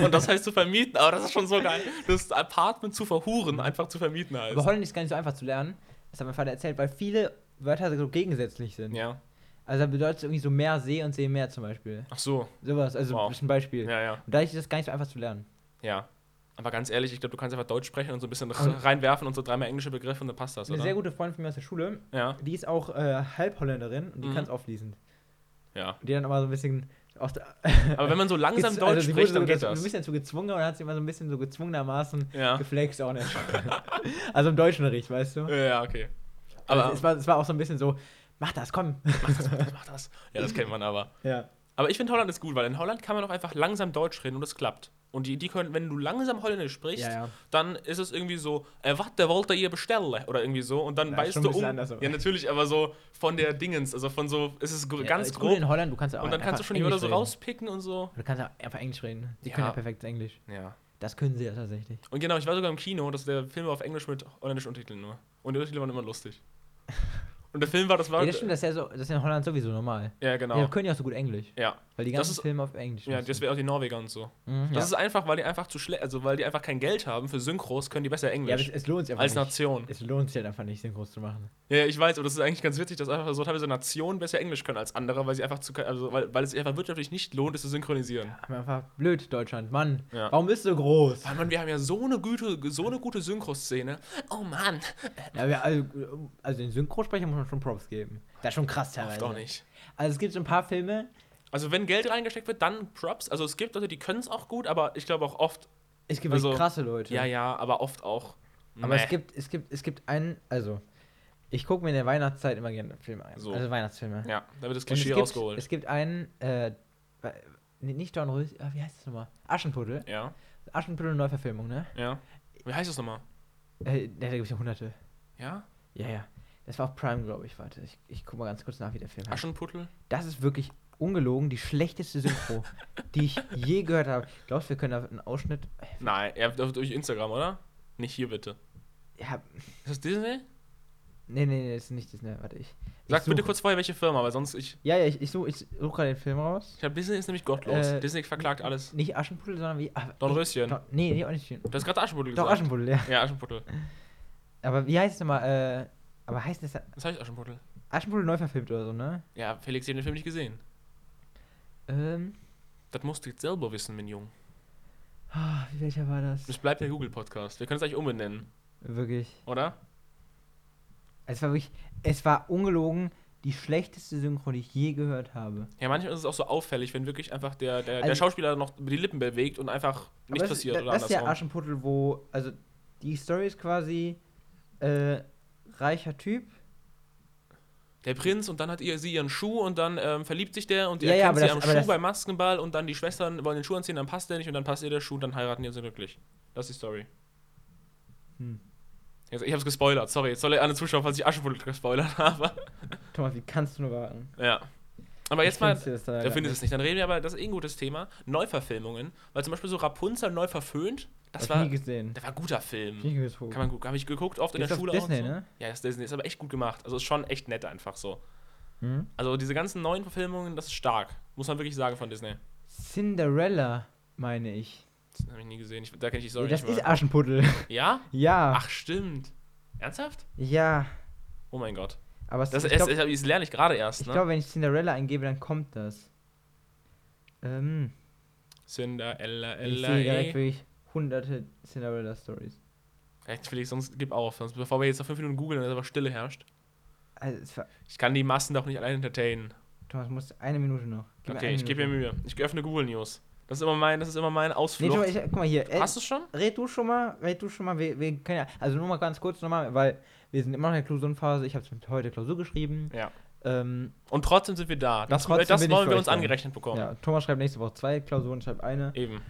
Und das heißt zu vermieten, aber das ist schon so geil. Das Apartment zu verhuren, einfach zu vermieten heißt. Aber Holländisch ist gar nicht so einfach zu lernen. Das hat mein Vater erzählt, weil viele Wörter so gegensätzlich sind. ja. Also, da bedeutet es irgendwie so mehr See und See mehr zum Beispiel. Ach so. Sowas, also Wow. das ist ein Beispiel. Ja, ja, Und dadurch ist das gar nicht so einfach zu lernen. ja. Aber ganz ehrlich, ich glaube, du kannst einfach Deutsch sprechen und so ein bisschen reinwerfen und so dreimal englische Begriffe und dann passt das, Eine oder? sehr gute Freundin von mir aus der Schule, ja, die ist auch äh, Halbholländerin und die Mhm. kann es auch fließend. ja. Die dann aber so ein bisschen. Auch da, Aber wenn man so Gez- langsam Deutsch also sie wurde spricht, so dann geht dazu- das. ein bisschen dazu gezwungen und hat sie immer so ein bisschen so gezwungenermaßen Ja. geflext auch in der Schule. also im deutschen Unterricht, weißt du? Also Ja, ja, okay. Aber Aber es, es, war, es war auch so ein bisschen so, mach das, komm. mach das, mach das. Ja, das kennt man aber. ja. Aber ich finde Holland ist gut, weil in Holland kann man auch einfach langsam Deutsch reden und es klappt. Und die, die können, wenn du langsam Holländisch sprichst, Ja, ja. dann ist es irgendwie so, äh, was, der wollte ihr bestellen oder irgendwie so. Und dann Ja, weißt schon ein du bisschen um. anders, aber- ja, natürlich, aber so von der Dingens, also von so, es ist gr- ganz ist gut grob. in Holland, du kannst ja auch Und dann kannst einfach du schon die Wörter Englisch so reden. rauspicken und so. Du kannst ja einfach Englisch reden. Die Ja. können ja perfekt Englisch. Ja. Das können sie ja tatsächlich. Und genau, ich war sogar im Kino, dass der Film war auf Englisch mit holländischen Untertiteln nur. Und die Untertitel waren immer lustig. Und der Film war, das war. Ja, das stimmt, das ist ja, so, das ist ja in Holland sowieso normal. ja Ja, genau. können ja auch so gut Englisch. Ja. Weil die Das ganzen ist- Filme auf Englisch Ja, müssen. das wäre auch die Norweger und so. Mhm, Das ja. ist einfach, weil die einfach zu schlecht, also weil die einfach kein Geld haben für Synchros, können die besser ja, aber es, Englisch. es lohnt sich einfach als nicht. Nation. Es lohnt sich halt einfach nicht, den groß zu machen. Ja, ja, ich weiß, und das ist eigentlich ganz witzig, dass einfach so teilweise Nationen besser Englisch können als andere, weil sie einfach zu, ke- also weil, weil es sich einfach wirtschaftlich nicht lohnt, es zu synchronisieren. Aber einfach blöd, Deutschland. Mann, Ja. warum bist du so groß? Weil man, wir haben ja so eine gute, so eine gute Synchro-Szene. Oh Mann. Ja, wir, also, also den Synchronsprecher muss man schon Props geben. Das ist schon krass Oft teilweise. auch nicht. Also es gibt so ein paar Filme, Also wenn Geld reingesteckt wird, dann Props. Also es gibt Leute, die können es auch gut, aber ich glaube auch oft, es gibt Also- wirklich krasse Leute. ja, ja, aber oft auch. Aber meh. es gibt, es gibt, es gibt einen, also ich gucke mir in der Weihnachtszeit immer gerne Filme an. So. Also Weihnachtsfilme. Ja, da wird das Und es, Klischee gibt, rausgeholt. es gibt einen, äh, wa- nee, nicht Don Rös, ah, wie heißt das nochmal? Aschenputtel. Ja, Aschenputtel Neuverfilmung, ne? ja. Wie heißt das nochmal? Äh, da gibt es ja hunderte. Ja? Ja, ja. Das war auf Prime, glaube ich. Warte, ich, ich guck mal ganz kurz nach, wie der Film heißt. Aschenputtel? Das ist wirklich ungelogen die schlechteste Synchro, die ich je gehört habe. Glaubst du, wir können da einen Ausschnitt. Nein, ja, durch Instagram, oder? Nicht hier bitte. Ja, Ist das Disney? nee, nee, nee, das ist nicht Disney. Warte, ich. Sag ich bitte suche- kurz vorher, welche Firma, weil sonst ich. Ja, ja, ich, ich suche ich such gerade den Film raus. Ich glaube, Disney ist nämlich gottlos. Äh, Disney verklagt alles. Nicht Aschenputtel, sondern wie. Ach, Don ich- Röschen. Don- Nee, nee, auch nicht. Don- Du hast gerade Aschenputtel Doch, gesagt. Aschenputtel, ja. Ja, Aschenputtel. Aber wie heißt es nochmal? Äh, aber heißt das Das heißt Aschenputtel. Aschenputtel neu verfilmt oder so, ne? Ja, Felix, ich hab den Film nicht gesehen. Ähm. Das musst du jetzt selber wissen, mein Junge. ah, wie welcher war das? Das bleibt der Google-Podcast. Wir können es eigentlich umbenennen, Wirklich. oder? Es war wirklich. Es war ungelogen die schlechteste Synchro, die ich je gehört habe. Ja, manchmal ist es auch so auffällig, wenn wirklich einfach der, der, der Also- Schauspieler noch die Lippen bewegt und einfach nicht Aber das passiert ist, oder Das ist der andersrum. Aschenputtel, wo, also die Story ist quasi äh, reicher Typ. Der Prinz und dann hat ihr sie ihren Schuh und dann ähm, verliebt sich der und Ja, er ja, kennt aber sie das- am aber Schuh das- bei Maskenball und dann die Schwestern wollen den Schuh anziehen, dann passt der nicht und dann passt ihr der Schuh und dann heiraten die und sind glücklich. Das ist die Story. Hm. Jetzt, ich hab's gespoilert, sorry. Jetzt soll alle Zuschauer, falls ich Aschenputtel gespoilert habe. Thomas, wie kannst du nur warten? Ja. Aber jetzt Ich mal, find's jetzt leider da findest du nicht. es nicht. Dann reden wir aber, das ist eh ein gutes Thema, Neuverfilmungen. Weil zum Beispiel so Rapunzel neu verföhnt, das Hab ich war, nie gesehen. das war ein guter Film. Nie gesehen. Kann man gut, habe ich geguckt oft in Gibt's der auf Schule Disney, auch. und so. ne? Ja, das Disney ist aber echt gut gemacht. Also ist schon echt nett einfach so. Hm? Also diese ganzen neuen Verfilmungen, das ist stark. Muss man wirklich sagen von Disney. Cinderella, meine ich. Das habe ich nie gesehen. Ich, da kenne ich die Story das nicht ist Ah. mal. Aschenputtel. Ja? ja. Ach, stimmt. Ernsthaft? Ja. Oh mein Gott. Aber es- Das, ich ist- glaube, das, das lerne ich gerade erst, ne? glaub, wenn ich Cinderella eingebe, dann kommt das. Ähm, Cinderella, ich Ella, sehe direkt ey. wirklich hunderte Cinderella-Stories. Echt, Felix, sonst gib auf. Sonst, bevor wir jetzt noch fünf Minuten googeln und es aber Stille herrscht. Also, es war, Ich kann die Massen doch nicht allein entertainen. Thomas, du musst eine Minute noch. Gib mir okay, eine ich gebe mir Minute. Mühe. Ich öffne Google News. Das ist immer mein, das ist immer mein Nee, Ausflug. Thomas, ich, guck mal hier. Äh, Hast du schon? Red du schon mal, red du schon mal, wir, wir können ja, also nur mal ganz kurz nochmal, weil wir sind immer noch in der Klausurenphase, ich habe heute Klausur geschrieben. Ja. Ähm, Und trotzdem sind wir da. Das, trotzdem das bin ich wollen für wir euch uns da. angerechnet bekommen. ja, Thomas schreibt nächste Woche zwei Klausuren, ich schreibe eine. Eben.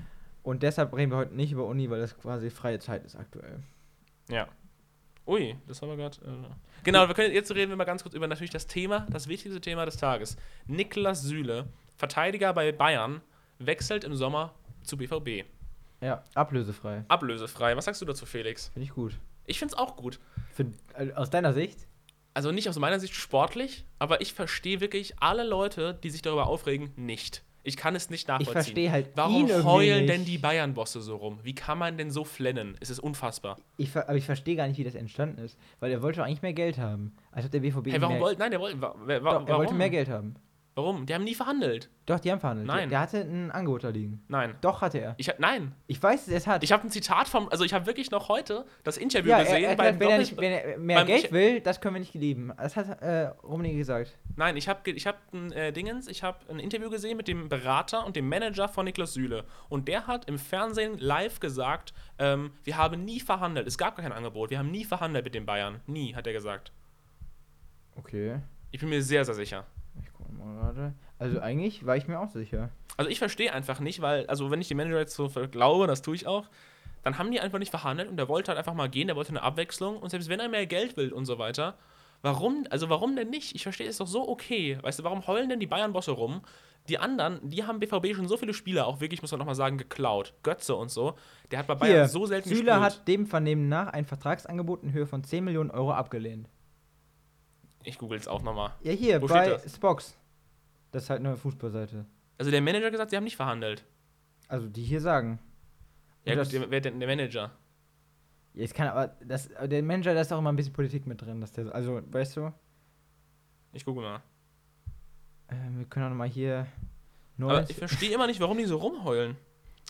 Und deshalb reden wir heute nicht über Uni, weil das quasi freie Zeit ist aktuell. Ui, das haben wir gerade. Äh. Genau, wir können, jetzt reden wir mal ganz kurz über natürlich das Thema, das wichtigste Thema des Tages. Niklas Süle, Verteidiger bei Bayern, wechselt im Sommer zu BVB. Ja, ablösefrei. Ablösefrei. Was sagst du dazu, Felix? Finde ich gut. Ich finde es auch gut. Für, also aus deiner Sicht? also nicht aus meiner Sicht sportlich, aber ich verstehe wirklich alle Leute, die sich darüber aufregen, nicht. Ich kann es nicht Ich nachvollziehen. verstehe halt ihn Warum irgendwie heulen nicht. denn die Bayern-Bosse so rum? Wie kann man denn so flennen? Es ist unfassbar. Ich, ver- aber ich verstehe gar nicht, wie das entstanden ist, weil er wollte doch eigentlich mehr Geld haben. Als ob der BVB Hey, warum mehr, wollten? Nein, der wollte. Wa, wa, doch, warum? er wollte mehr Geld haben. Warum? Die haben nie verhandelt. Doch, die haben verhandelt. Nein. Der, der hatte ein Angebot da liegen. Nein. Doch, hatte er. Ich hab, nein. Ich weiß, dass er es hat. Ich habe ein Zitat vom. Also ich habe wirklich noch heute das Interview ja, er- gesehen. er, hat beim gesagt, wenn, er nicht, Doppel- wenn er mehr beim Geld Micha- will, das können wir nicht lieben. Das hat äh, Rummenigge gesagt. Nein, ich habe ich hab ein äh, Dingens, ich habe ein Interview gesehen mit dem Berater und dem Manager von Niklas Süle und der hat im Fernsehen live gesagt, ähm, wir haben nie verhandelt, es gab gar kein Angebot, wir haben nie verhandelt mit den Bayern, nie hat er gesagt. Okay, Ich bin mir sehr sehr sicher. ich gucke mal gerade. Also eigentlich war ich mir auch sicher. Also ich verstehe einfach nicht, weil, also wenn ich die Manager jetzt so glaube, das tue ich auch, dann haben die einfach nicht verhandelt und der wollte halt einfach mal gehen, der wollte eine Abwechslung und selbst wenn er mehr Geld will und so weiter, warum, also warum denn nicht? Ich verstehe, ist doch so okay. Weißt du, warum heulen denn die Bayern-Bosse rum? Die anderen, die haben BVB schon so viele Spieler, auch wirklich, muss man nochmal sagen, geklaut. Götze und so. Der hat bei Bayern Hier, so selten Süle gespielt. hat dem Vernehmen nach ein Vertragsangebot in Höhe von 10 Millionen Euro abgelehnt. ich google es auch nochmal. Ja, hier, Wo steht bei das? Spox. Das ist halt eine Fußballseite. Also der Manager hat gesagt, sie haben nicht verhandelt. Also die hier sagen. Ja, Und das- gut, der- wer denn der Manager? Ja, es kann aber, das, aber der Manager, da ist auch immer ein bisschen Politik mit drin. Dass der, also, weißt du, Ich google mal. ähm, wir können auch nochmal hier. Aber ich 90, verstehe immer nicht, warum die so rumheulen.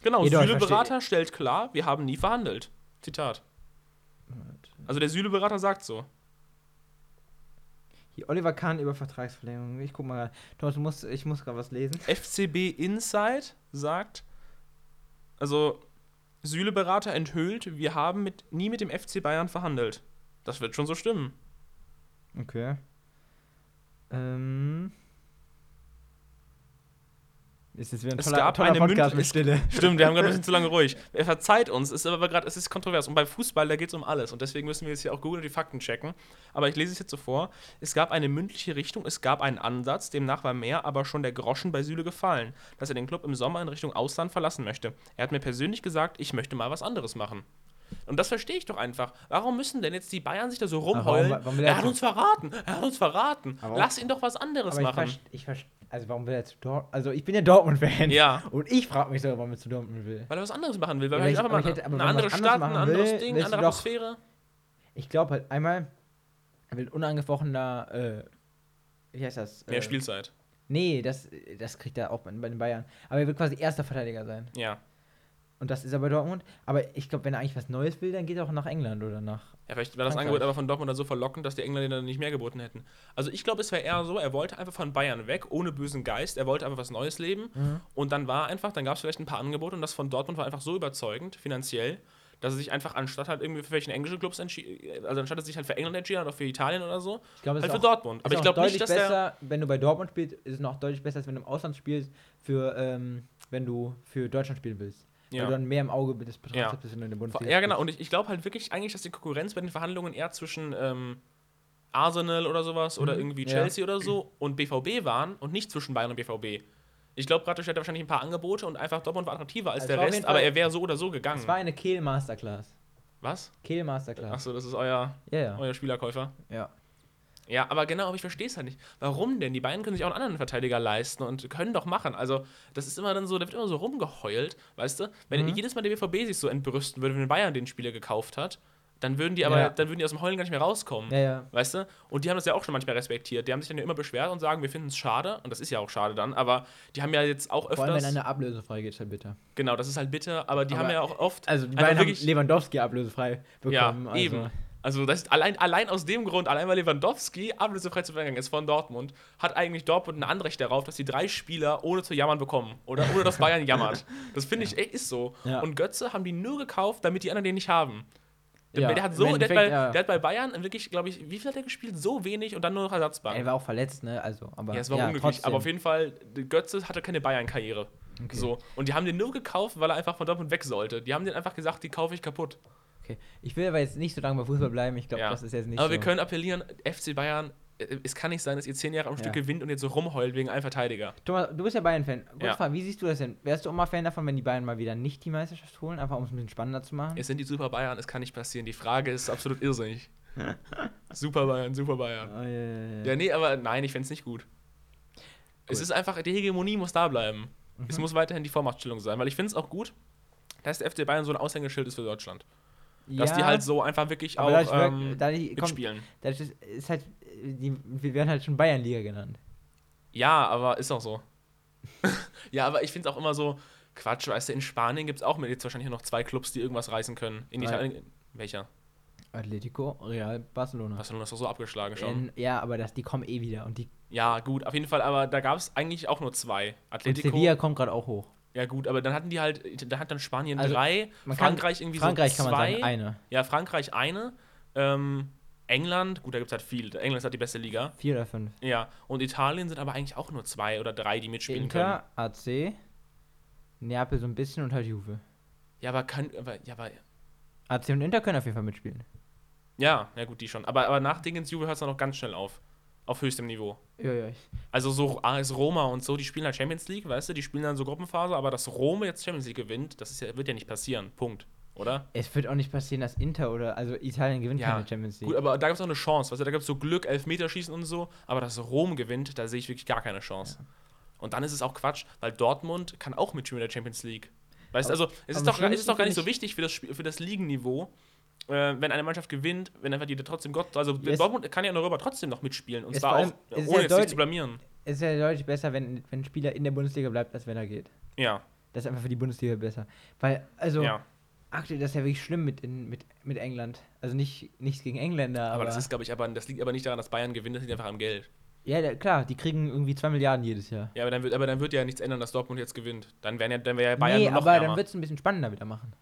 Genau, Jeder, ich Süle-Berater stellt klar, wir haben nie verhandelt. Zitat. Also der Süle-Berater sagt so. hier, Oliver Kahn über Vertragsverlängerung. Ich guck mal gerade. Thomas, du musst, ich muss gerade was lesen. FCB Inside sagt, also Süle-Berater enthüllt, wir haben mit, nie mit dem FC Bayern verhandelt. Das wird schon so stimmen. Okay. Ähm. Ist jetzt wieder ein Es toller, gab toller eine Podcast mündliche- mit Stille. Stimmt, wir haben gerade ein bisschen zu lange ruhig. Er verzeiht uns, ist aber gerade, es ist kontrovers. Und beim Fußball, da geht es um alles. Und deswegen müssen wir jetzt hier auch Google die Fakten checken. Aber ich lese es jetzt so vor. Es gab eine mündliche Richtung, es gab einen Ansatz, demnach war mehr aber schon der Groschen bei Süle gefallen, dass er den Club im Sommer in Richtung Ausland verlassen möchte. Er hat mir persönlich gesagt, ich möchte mal was anderes machen. Und das verstehe ich doch einfach. Warum müssen denn jetzt die Bayern sich da so rumheulen? warum will er er hat jetzt- uns verraten, er hat uns verraten. Aber- Lass ihn doch was anderes Aber ich machen. verstehe, ich verst- also warum will er zu Dortmund? Also ich bin ja Dortmund-Fan. Ja. Und ich frage mich sogar, warum er zu Dortmund will. Weil er was anderes machen will. Weil Ja, er ich- einfach aber mal ich hätte- aber eine wenn man andere was Stadt, anderes ein machen anderes will, Ding, eine willst du andere doch- Atmosphäre. Ich glaube halt einmal, er will unangefochtener, äh, wie heißt das? Mehr äh, Spielzeit. Nee, das, das kriegt er auch bei bei den Bayern. Aber er will quasi erster Verteidiger sein. Ja. Und das ist er bei Dortmund. Aber ich glaube, wenn er eigentlich was Neues will, dann geht er auch nach England oder nach. Ja, vielleicht war das Frankreich. Angebot aber von Dortmund dann so verlockend, dass die Engländer dann nicht mehr geboten hätten. Also ich glaube, es wäre eher so, er wollte einfach von Bayern weg, ohne bösen Geist, er wollte einfach was Neues leben Mhm. und dann war einfach, dann gab es vielleicht ein paar Angebote und das von Dortmund war einfach so überzeugend, finanziell, dass er sich einfach anstatt halt irgendwie für welchen englischen Clubs entschieden, also anstatt er sich halt für England entschieden hat oder für Italien oder so, Ich glaube, es halt ist für auch- Dortmund. Aber ist ich auch glaube deutlich nicht, dass der... besser, wenn du bei Dortmund spielst, ist es noch deutlich besser, als wenn du im Ausland spielst, für, ähm, wenn du für Deutschland spielen willst. Ja. Weil du dann mehr im Auge des Ja. Betrachters bist, wenn du in der Vor- Bundesliga Ja, genau. spielst. Und ich, ich glaube halt wirklich eigentlich, dass die Konkurrenz bei den Verhandlungen eher zwischen ähm, Arsenal oder sowas oder irgendwie Mhm, ja. Chelsea oder so und BVB waren und nicht zwischen Bayern und BVB. Ich glaube, Rattisch hatte wahrscheinlich ein paar Angebote und einfach Dortmund war attraktiver als Also es der war auf Rest, jeden Fall- aber er wäre so oder so gegangen. Es war eine Kehl-Masterclass. Was? Kehl-Masterclass. Achso, das ist euer, Ja, ja. euer Spielerkäufer. ja. Ja, aber genau, aber ich verstehe es halt nicht. Warum denn? Die Bayern können sich auch einen anderen Verteidiger leisten und können doch machen. Also, das ist immer dann so, da wird immer so rumgeheult, weißt du? Wenn Mhm. jedes Mal der BVB sich so entbrüsten würde, wenn Bayern den Spieler gekauft hat, dann würden die aber, Ja. dann würden die aus dem Heulen gar nicht mehr rauskommen. Ja, ja. Weißt du? Und die haben das ja auch schon manchmal respektiert. Die haben sich dann ja immer beschwert und sagen, wir finden es schade. Und das ist ja auch schade dann. Aber die haben ja jetzt auch Vor allem, wenn öfters. eine ablösefrei geht, ist halt bitter. Genau, das ist halt bitter. Aber die Aber, haben ja auch oft. Also, die einfach beiden haben Lewandowski ablösefrei bekommen. ja, also. eben. Also das ist allein, allein aus dem Grund, allein weil Lewandowski ablösefrei zu vergangen ist von Dortmund, hat eigentlich Dortmund ein Anrecht darauf, dass die drei Spieler ohne zu jammern bekommen. Oder ohne dass Bayern jammert. Das finde ich, ey, ist so. Ja. Und Götze haben die nur gekauft, damit die anderen den nicht haben. Der, Ja, der, hat im so, der, hat Endeffekt, bei, ja. der hat bei Bayern wirklich, glaube ich, wie viel hat er gespielt? So wenig und dann nur noch Ersatzbank. Er war auch verletzt, ne? Also, aber. Ja, es war unglücklich, trotzdem. aber auf jeden Fall, Götze hatte keine Bayern-Karriere. Okay. So. Und die haben den nur gekauft, weil er einfach von Dortmund weg sollte. Die haben den einfach gesagt, die kaufe ich kaputt. okay. Ich will aber jetzt nicht so lange bei Fußball bleiben. Ich glaube, Hm. Ja. das ist jetzt nicht aber so. wir können appellieren, FC Bayern, äh, es kann nicht sein, dass ihr zehn Jahre am Stück Ja. gewinnt und jetzt so rumheult wegen einem Verteidiger. Thomas, du bist ja Bayern-Fan. Gute Ja. Frage, wie siehst du das denn? Wärst du auch mal Fan davon, wenn die Bayern mal wieder nicht die Meisterschaft holen? Einfach um es ein bisschen spannender zu machen? Es sind die Super Bayern, es kann nicht passieren. Die Frage ist absolut irrsinnig. Super Bayern, Super Bayern. Oh, ja, ja, ja. Ja, nee, aber nein, ich fände es nicht gut. Es Gut. Mhm. ist einfach, die Hegemonie muss da bleiben. Es muss weiterhin die Vormachtstellung sein, weil ich finde es auch gut, dass der FC Bayern so ein Aushängeschild ist für Deutschland. Dass Ja, die halt so einfach wirklich aber auch dadurch wirkt- ähm, dadurch kommt- mitspielen. Das ist, ist halt, äh, die, wir werden halt schon Bayernliga genannt. Ja, aber ist auch so. ja, aber ich finde es auch immer so Quatsch, weißt du, in Spanien gibt es auch mit jetzt wahrscheinlich noch zwei Clubs, die irgendwas reißen können. In Drei. Italien. Welcher? Atletico, Real, Barcelona. Barcelona ist doch so abgeschlagen schon. In, Ähm, ja, aber das, die kommen eh wieder. Und die Ja, gut, auf jeden Fall, aber da gab es eigentlich auch nur zwei. und Atletico. Sevilla kommt gerade auch hoch. Ja, gut, aber dann hatten die halt, da hat dann Spanien Also, drei, man kann- Frankreich irgendwie Frankreich so kann zwei. man sagen, eine. Ja, Frankreich eine. Ähm, England, gut, da gibt es halt viel. England hat die beste Liga. Vier oder fünf. Ja. Und Italien sind aber eigentlich auch nur zwei oder drei, die mitspielen können. Inter, AC, Neapel so ein bisschen und halt Juve. Ja, aber kann. Aber, ja, aber. AC und Inter können auf jeden Fall mitspielen. Ja, ja gut, die schon. Aber, aber nach Dingens Juve hört es dann noch ganz schnell auf. Auf höchstem Niveau. Ja, ja. Ich, Also so AS Roma und so, die spielen halt Champions League, weißt du, die spielen dann so Gruppenphase, aber dass Rom jetzt Champions League gewinnt, das ist ja, wird ja nicht passieren. Punkt. Oder? es wird auch nicht passieren, dass Inter oder also Italien gewinnt Ja. keine Champions League. Gut, aber da gibt es auch eine Chance, weißt du, da gibt es so Glück, Elfmeterschießen und so, aber dass Rom gewinnt, da sehe ich wirklich gar keine Chance. Und dann ist es auch Quatsch, weil Dortmund kann auch mitspielen in der Champions League. Weißt du, also es ist, aber doch, es ist doch gar nicht so finde wichtig für das, Spiel, für das Ligenniveau, äh, wenn eine Mannschaft gewinnt, wenn einfach die da trotzdem Gott, also Ja, es- Dortmund kann ja in Europa trotzdem noch mitspielen und Es zwar vor allem- auch, es ist ohne ja jetzt sich deutlich- zu blamieren. Es ist ja deutlich besser, wenn, wenn ein Spieler in der Bundesliga bleibt, als wenn er geht. Ja, Das ist einfach für die Bundesliga besser. Weil, also, ja. aktuell das ist ja wirklich schlimm mit, in, mit, mit England. Also nicht, nichts gegen Engländer, aber. Aber, das ist, glaube ich, aber das liegt aber nicht daran, dass Bayern gewinnt, das liegt einfach am Geld. ja, da- klar, die kriegen irgendwie 2 Milliarden jedes Jahr. Ja, aber dann wird, aber dann wird ja nichts ändern, dass Dortmund jetzt gewinnt. Dann wären ja, dann wäre ja Bayern nee, nur noch aber ärmer. dann wird es ein bisschen spannender wieder machen.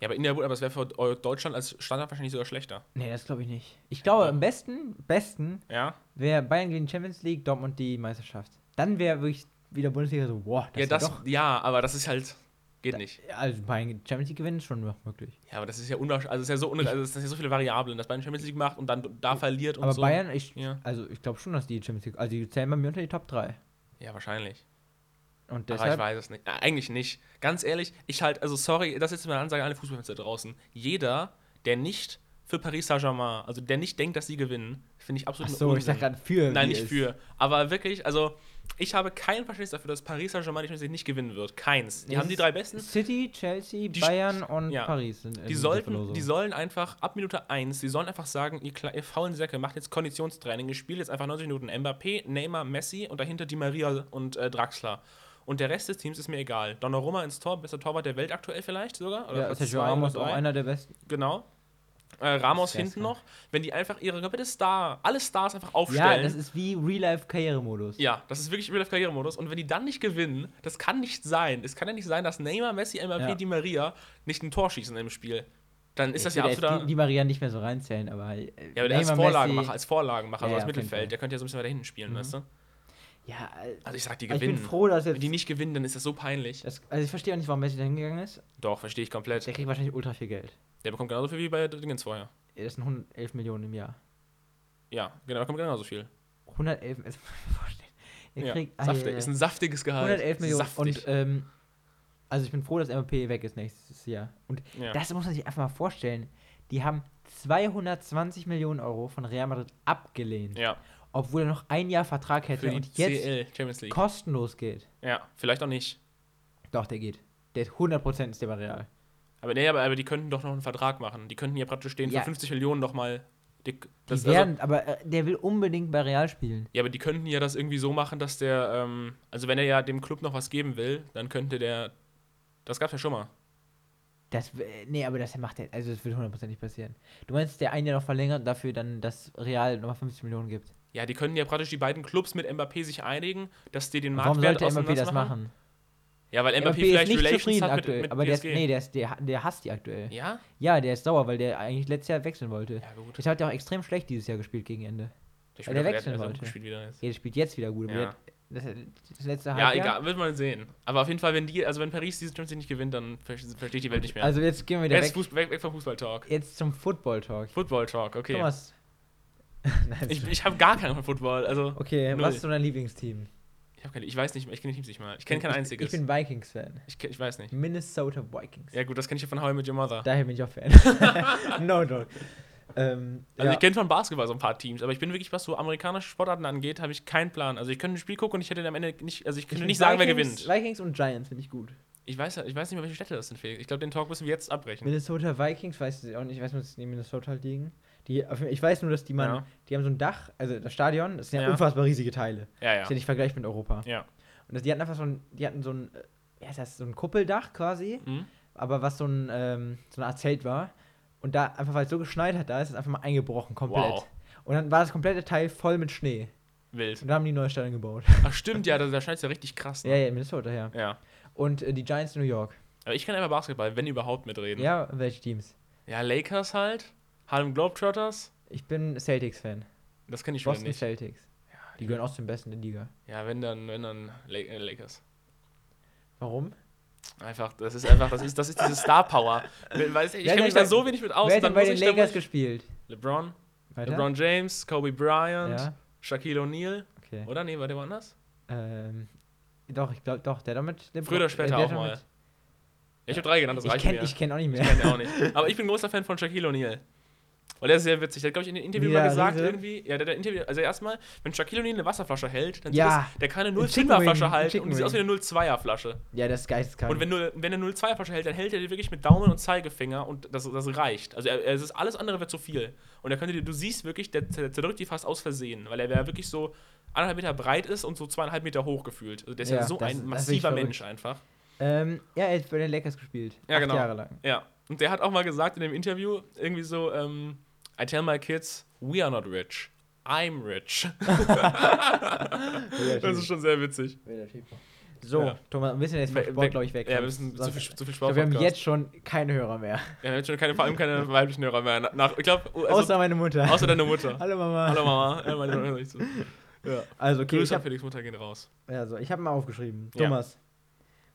ja, aber in der Wut, aber es wäre für Eu- Deutschland als Standard wahrscheinlich sogar schlechter. Nee, das glaube ich nicht. Ich glaube, Ja. am besten, besten Ja, wäre Bayern gegen die Champions League, Dortmund die Meisterschaft. Dann wäre wirklich wieder Bundesliga so, boah, das ja, ist das, doch. ja, aber das ist halt geht Da- nicht. Ja, Also Bayern gegen die Champions League gewinnen ist schon noch möglich. Ja, aber das ist ja unwahrscheinlich, also es ist ja so unre- also es sind ja so viele Variablen, dass Bayern Champions League macht und dann da verliert und aber so. Bayern, ich, ja. also ich glaube schon, dass die Champions League, also die zählen bei mir unter die Top 3. ja, wahrscheinlich. Und aber ich deshalb, weiß es nicht. Na, eigentlich nicht. Ganz ehrlich, ich halt also sorry, das ist jetzt meine Ansage an alle Fußballfans da draußen. Jeder, der nicht für Paris Saint-Germain, also der nicht denkt, dass sie gewinnen, finde ich absolut ach so, ich sag gerade für. Nein, wie nicht es- für. Aber wirklich, also ich habe kein Verständnis dafür, dass Paris Saint-Germain die Champions League nicht gewinnen wird. Keins. Die Es haben die ist drei besten. City, Chelsea, Die- Bayern und ja. Paris sind in Die dieser sollten, Verlosung. die sollen einfach ab Minute eins, die sollen einfach sagen, ihr, kle- ihr faulen Säcke, macht jetzt Konditionstraining, ihr spielt jetzt einfach 90 Minuten Mbappé, Neymar, Messi und dahinter Di Maria und äh, Draxler. Und der Rest des Teams ist mir egal. Donnarumma ins Tor, bester Torwart der Welt aktuell vielleicht sogar. ja, Platz Sergio zwei Ramos oder auch drei. einer der besten. Genau. Äh, Ramos Das wär's hinten ja. noch. Wenn die einfach ihre komplette Star, alle Stars einfach aufstellen. Ja, das ist wie Real-Life-Karrieremodus. Ja, das ist wirklich übel auf Karrieremodus. Und wenn die dann nicht gewinnen, das kann nicht sein. Es kann ja nicht sein, dass Neymar, Messi, Mbappé, Ja. Di Maria nicht ein Tor schießen im Spiel. Dann ist das Ich ja will jetzt absoluter. die, die Maria nicht mehr so reinzählen, aber. äh, ja, aber der als Neymar, Vorlagenmacher, Messi- als Vorlagenmacher, Ja, so als ja, auf jeden Fall. Mittelfeld, der könnte ja so ein bisschen weiter hinten spielen, weißt du? Ja, äh, Mhm. Also ich sag, die ich gewinnen. bin froh, dass jetzt. wenn die nicht gewinnen, dann ist das so peinlich. das, also ich verstehe auch nicht, warum Messi da hingegangen ist. Doch, verstehe ich komplett. Der kriegt wahrscheinlich ultra viel Geld. Der bekommt genauso viel wie bei Dingens vorher. Das sind 111 Millionen im Jahr. Ja, genau, der bekommt genauso viel. 111, also muss man vorstellen. Der Ja. kriegt ah, Saftig, ja, ja. ist ein saftiges Gehalt. 111 Millionen. Saftig. Und ähm, also ich bin froh, dass MVP weg ist nächstes Jahr. Und ja. das muss man sich einfach mal vorstellen. Die haben 220 Millionen Euro von Real Madrid abgelehnt, ja, obwohl er noch ein Jahr Vertrag hätte für die E. und jetzt CL Champions League. kostenlos geht. Ja, vielleicht auch nicht. Doch, der geht. Der ist 100% ist der bei Real. Aber nee, aber, aber die könnten doch noch einen Vertrag machen. Die könnten hier praktisch den Ja. für 50 Millionen nochmal dick. Die Das, also, werden, aber äh, der will unbedingt bei Real spielen. ja, aber die könnten ja das irgendwie so machen, dass der, ähm, also wenn er ja dem Club noch was geben will, dann könnte der. Das gab's ja schon mal. Das, w- äh, nee, aber das macht er, also das wird 100% nicht passieren. Du meinst, der ein Jahr noch verlängert und dafür dann, dass Real nochmal 50 Millionen gibt. Ja, die könnten ja praktisch die beiden Clubs mit Mbappé sich einigen, dass die den Warum Marktwert sollte MVP das auseinandermachen. machen? Ja, weil Mbappé, MVP vielleicht ist nicht Relations zufrieden hat mit, aktuell, mit aber der, ist, PSG. nee, der, ist, der, der hasst die aktuell. ja? Ja, der ist sauer, weil der eigentlich letztes Jahr wechseln wollte. Ja, gut. Deshalb hat er auch extrem schlecht dieses Jahr gespielt gegen Ende. der wechseln wollte. Spiel wieder jetzt. Ja, der spielt jetzt wieder gut. Aber Ja. der hat das, das letzte Ja, Halbjahr. egal, wird man sehen. Aber auf jeden Fall, wenn die, also wenn Paris diese Champions League nicht gewinnt, dann ver- verstehe ich die Welt nicht mehr. Also jetzt gehen wir wieder Jetzt weg, Fuß- weg, weg vom Fußball-Talk. jetzt zum Football-Talk. Football-Talk, okay. Thomas. Nein, Ich, ich habe gar keinen Football. Also, okay, null. was ist so dein Lieblingsteam? ich, hab keine, ich weiß nicht, mehr, ich kenne die Teams nicht mal. Ich kenne kein ich, einziges. Ich bin Vikings-Fan. Ich, ke- ich weiß nicht. Minnesota Vikings. Ja, gut, das kenne ich ja von How I Met Your Mother. Daher bin ich auch Fan. no, no. Ähm, Also, ja. ich kenne von Basketball so ein paar Teams, aber ich bin wirklich, was so amerikanische Sportarten angeht, habe ich keinen Plan. Also, ich könnte ein Spiel gucken und ich hätte am Ende nicht, also ich könnte find nicht sagen, wer Vikings- gewinnt. Vikings und Giants finde ich gut. Ich weiß, ja- ich weiß nicht mehr, welche Städte das sind, Felix. Ich glaube, den Talk müssen wir jetzt abbrechen. Minnesota Vikings, weiß ich auch nicht, ich weiß nur, dass die in Minnesota halt liegen. Die, auf- ich weiß nur, dass die man, Ja. die haben so ein Dach, also das Stadion, das sind ja, Ja. unfassbar riesige Teile. Ja, Das ja. ist ja nicht vergleichbar mit Europa. Ja. Und das, die hatten einfach so ein, die hatten so ein, äh, ja, ist das so ein Kuppeldach quasi, Mhm. aber was so ein, ähm, so eine Art Zelt war. Und da, einfach weil es so geschneit hat, da ist es einfach mal eingebrochen, komplett. Wow. Und dann war das komplette Teil voll mit Schnee. Wild. Und da haben die neue Stadion gebaut. Ach, stimmt, ja, da, da scheint es ja richtig krass. ja, Ne? ja, in Minnesota, ja. Ja. Und äh, die Giants in New York. Aber ich kann einfach Basketball, wenn überhaupt, mitreden. Ja, welche Teams? ja Lakers halt, Harlem Globetrotters, Ich bin Celtics-Fan. Das kenne ich schon Boston nicht. Celtics. Die gehören auch zum Besten der Liga. Ja, wenn dann, wenn dann La- äh, Lakers. Warum? Einfach, das ist einfach, das ist, das ist diese Star Power. Wenn- Weiß, ich Wer kenne hat mich denn da so wenig mit aus. Wer hat dann denn bei muss den ich- dann muss Lakers ich- gespielt? LeBron, Weiter? LeBron James, Kobe Bryant, Ja, Shaquille O'Neal. okay. Oder? Nee, war der woanders? Ähm, doch, ich glaube, doch, der damit. Der Früher oder später der auch mal. damit- Ja, ich habe drei genannt, das Ich reicht kenne mir. kenn auch nicht mehr. Kennt er auch nicht. Aber ich bin großer Fan von Shaquille O'Neal. Weil der ist sehr witzig. Der hat, glaube ich, in dem Interview Ja, mal gesagt, Riese. irgendwie. Ja, der, der Interview, also erstmal, wenn Shaquille O'Neal eine Wasserflasche hält, dann Ja. sieht das, der kann eine Ein Chicken 05er Wing, Flasche ein halten Chicken und die sieht aus wie Wing. eine 02er Flasche. Ja, das ist geisteskrank. Und wenn, du, wenn er 02er Flasche hält, dann hält er die wirklich mit Daumen und Zeigefinger und das, das reicht. Also er, es ist alles andere wird zu viel. Und er könnte dir, du siehst wirklich, der zer- zerdrückt die fast aus Versehen, weil er ja wirklich so anderthalb Meter breit ist und so zweieinhalb Meter hoch gefühlt. Also der ist ja, Ja, so das- das ein ist massiver verrückt. Mensch einfach. ähm, ja, er hat bei den Lakers gespielt. Ja, Acht genau. Jahre lang. Ja. Und der hat auch mal gesagt in dem Interview irgendwie so, ähm, I tell my kids, we are not rich. I'm rich. Das ist schon sehr witzig. So, Ja. Thomas, wir müssen jetzt vom We- Sport, weg- glaube ich, weg. Ja, wir sonst- müssen zu sonst- viel, zu viel ich glaub, Sport. wir haben jetzt schon keine Hörer mehr. wir haben jetzt schon keine, vor allem keine weiblichen Hörer mehr. Na- Nach, ich glaube, also, außer meine Mutter. außer deine Mutter. Hallo Mama. Hallo Mama. Ja, meine Mutter hört nicht zu. Ja. Also, okay, ich Grüße an habe Felix Mutter gehen raus. also, ich hab mal aufgeschrieben. Ja. Thomas,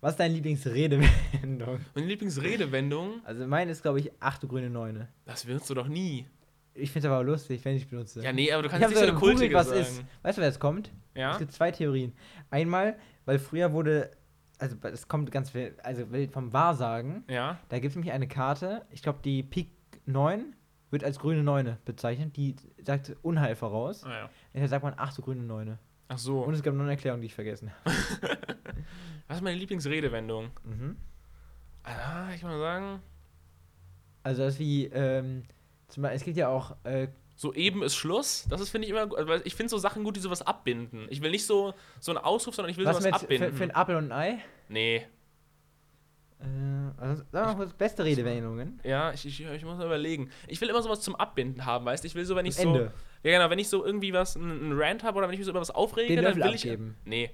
was ist deine Lieblingsredewendung? Meine Lieblingsredewendung, Also, meine ist, glaube ich, achte grüne Neune. das wirst du doch nie. Ich finde es aber lustig, wenn ich es benutze. Ja, nee, aber du ich kannst habe nicht so eine kultige was sagen. ist. Weißt du, wer jetzt kommt? Es Ja? gibt zwei Theorien. Einmal, weil früher wurde, also es kommt ganz viel, also vom Wahrsagen, Ja? da gibt es nämlich eine Karte, ich glaube die Pik 9 wird als grüne Neune bezeichnet, die sagt Unheil voraus. Ah, ja. Deshalb sagt man, ach so grüne Neune. Ach so. Und es gab noch eine Erklärung, die ich vergessen habe. Was ist meine Lieblingsredewendung? Mhm. Ah, ich muss mal sagen, Also das ist wie, ähm, zum Beispiel, es gibt ja auch, äh, so eben ist Schluss. Das ist, finde ich, immer gut. Also, ich finde so Sachen gut, die sowas abbinden. Ich will nicht so, so einen Ausruf, sondern ich will was sowas mit für, abbinden. für ein Apfel und ein Ei? nee. Äh, also, sagen wir mal kurz, beste Redewendungen. Ja, ich, ich, ich muss mal überlegen. Ich will immer sowas zum Abbinden haben, weißt du? Ich will so, wenn ich Am so. Ende. Ja, genau, wenn ich so irgendwie was, einen Rant habe oder wenn ich mich so über was aufrege, Den dann Löffel will abgeben. ich. Nee.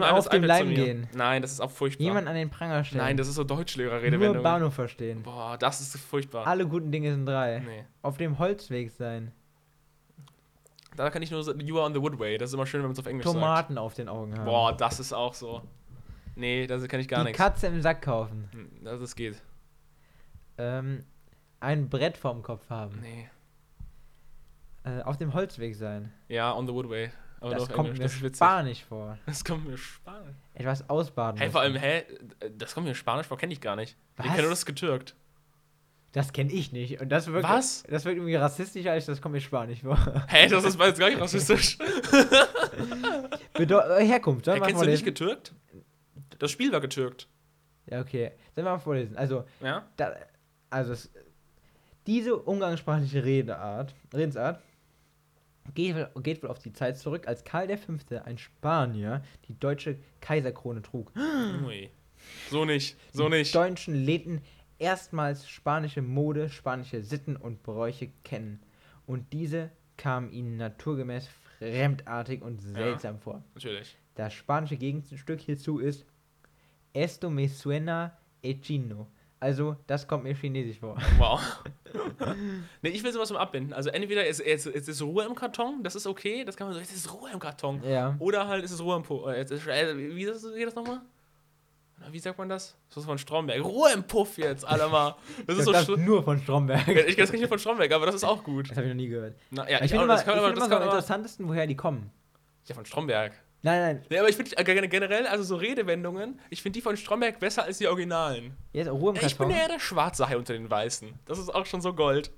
Dreh mal das auf den iPad zu Leim mir. gehen. Nein, das ist auch furchtbar. Jemanden an den Pranger stellen. Nein, das ist so Deutschlehrerredewendung. Nur Bahnhof verstehen. Boah, das ist furchtbar. Alle guten Dinge sind drei. Nee. Auf dem Holzweg sein. Da kann ich nur so, you are on the woodway. Das ist immer schön, wenn man es auf Englisch sagt. Tomaten auf den Augen haben. Boah, das ist auch so. Nee, das kann ich gar Die nichts. Katze im Sack kaufen. Hm, Das, das geht. Ähm, ein Brett vorm Kopf haben. Nee. Äh, auf dem Holzweg sein. Ja, on the woodway. Aber nur das auf kommt Englisch. mir Das ist witzig. spanisch vor. Das kommt mir spanisch. Etwas ausbaden. Hey, vor allem, müssen. hä? Das kommt mir spanisch vor, kenne ich gar nicht. Ich Was? kenne nur das getürkt. Das kenne ich nicht. Und das wirkt, Was? Das wirkt irgendwie rassistischer, als das kommt mir spanisch vor. Hey, das ist jetzt gar nicht rassistisch. Bedeu äh, Herkunft. Sollen Hey, wir mal kennst du nicht vorlesen? getürkt? Das Spiel war getürkt. Ja, okay. Sollen wir mal vorlesen? Also, Ja? da, also es, diese umgangssprachliche Redeart, Redensart geht, wohl- geht wohl auf die Zeit zurück, als Karl V., ein Spanier, die deutsche Kaiserkrone trug. Hm. Ui. So nicht. So Die nicht. Deutschen lehnten erstmals spanische Mode, spanische Sitten und Bräuche kennen. Und diese kamen ihnen naturgemäß fremdartig und seltsam vor. Natürlich. Das spanische Gegenstück hierzu ist Esto me suena e chino. Also, das kommt mir chinesisch vor. Wow. nee, ich will sowas zum Abbinden. Also entweder es, es, es ist Ruhe im Karton, das ist okay, das kann man so, es ist Ruhe im Karton. Ja. Oder halt es ist Ruhe im Puff. Äh, es ist- äh, wie ist das, geht das nochmal? Na, Wie sagt man das? Das ist von Stromberg. Ruhe im Puff jetzt, alle mal. Das ist so das schlimm. nur von Ich Stromberg. kenne das nicht von Stromberg, aber das ist auch gut. Das habe ich noch nie gehört. Na, ja, ich ich, finde auch, immer, das kann ich aber, find das immer so kann am aber, interessantesten, woher die kommen. ja, von Stromberg. Nein, nein. Nee, aber ich finde äh, gen- generell, also so Redewendungen, ich finde die von Stromberg besser als die Originalen. Jetzt Ruhe im Ja, Ich bin Karton. ja eher der schwarze Hai unter den Weißen. Das ist auch schon so Gold.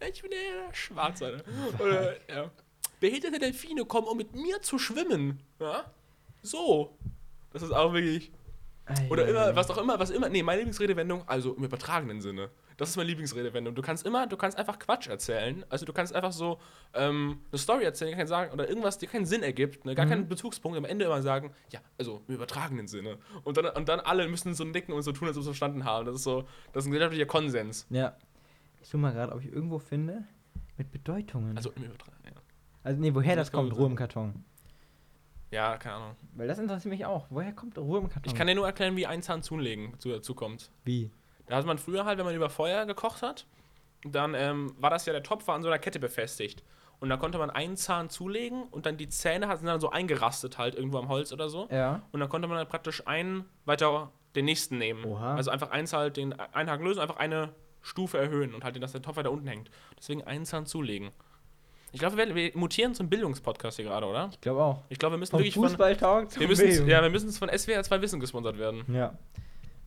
Ja, ich bin ja eher der schwarze Hai. Oder, ja. Behinderte Delfine kommen, um mit mir zu schwimmen. Ja? So. Das ist auch wirklich. Ei, Oder ei, ei. immer, was auch immer, was immer. Nee, meine Lieblingsredewendung, also im übertragenen Sinne. Das ist meine Lieblingsredewendung. Du kannst immer, du kannst einfach Quatsch erzählen. Also du kannst einfach so ähm, eine Story erzählen, gar keinen sagen, oder irgendwas, dir keinen Sinn ergibt, ne, gar Mhm. keinen Bezugspunkt, am Ende immer sagen, ja, also im übertragenen Sinne. Und dann, und dann alle müssen so nicken und so tun, als ob sie es verstanden haben. Das ist so, das ist ein gesellschaftlicher Konsens. Ja. Ich suche mal gerade, ob ich irgendwo finde mit Bedeutungen. Also im übertragenen, also nee, woher das das kann kommt, gut Ruhe im Karton. ja. Ja, keine Ahnung. Mhm. Weil das interessiert mich auch. Woher kommt Ruhe im Karton? Ich kann dir nur erklären, wie ein Zahn zulegen zu, dazu kommt. Wie? Da hat man früher halt, wenn man über Feuer gekocht hat, dann ähm, war das ja, der Topf war an so einer Kette befestigt. Und da konnte man einen Zahn zulegen und dann die Zähne hatten dann so eingerastet halt irgendwo am Holz oder so. Ja. Und dann konnte man dann praktisch einen weiter den nächsten nehmen. Oha. Also einfach eins halt den einen Haken lösen, einfach eine Stufe erhöhen und halt, dass der Topf weiter unten hängt. Deswegen einen Zahn zulegen. Ich glaube, wir, werden- wir mutieren zum Bildungspodcast hier gerade, oder? Ich glaube auch. Ich glaube, wir müssen Vom wirklich von, Fußballtag wir zum müssen, Leben. ja, ne- wir müssen von SWR 2 Wissen gesponsert werden. ja.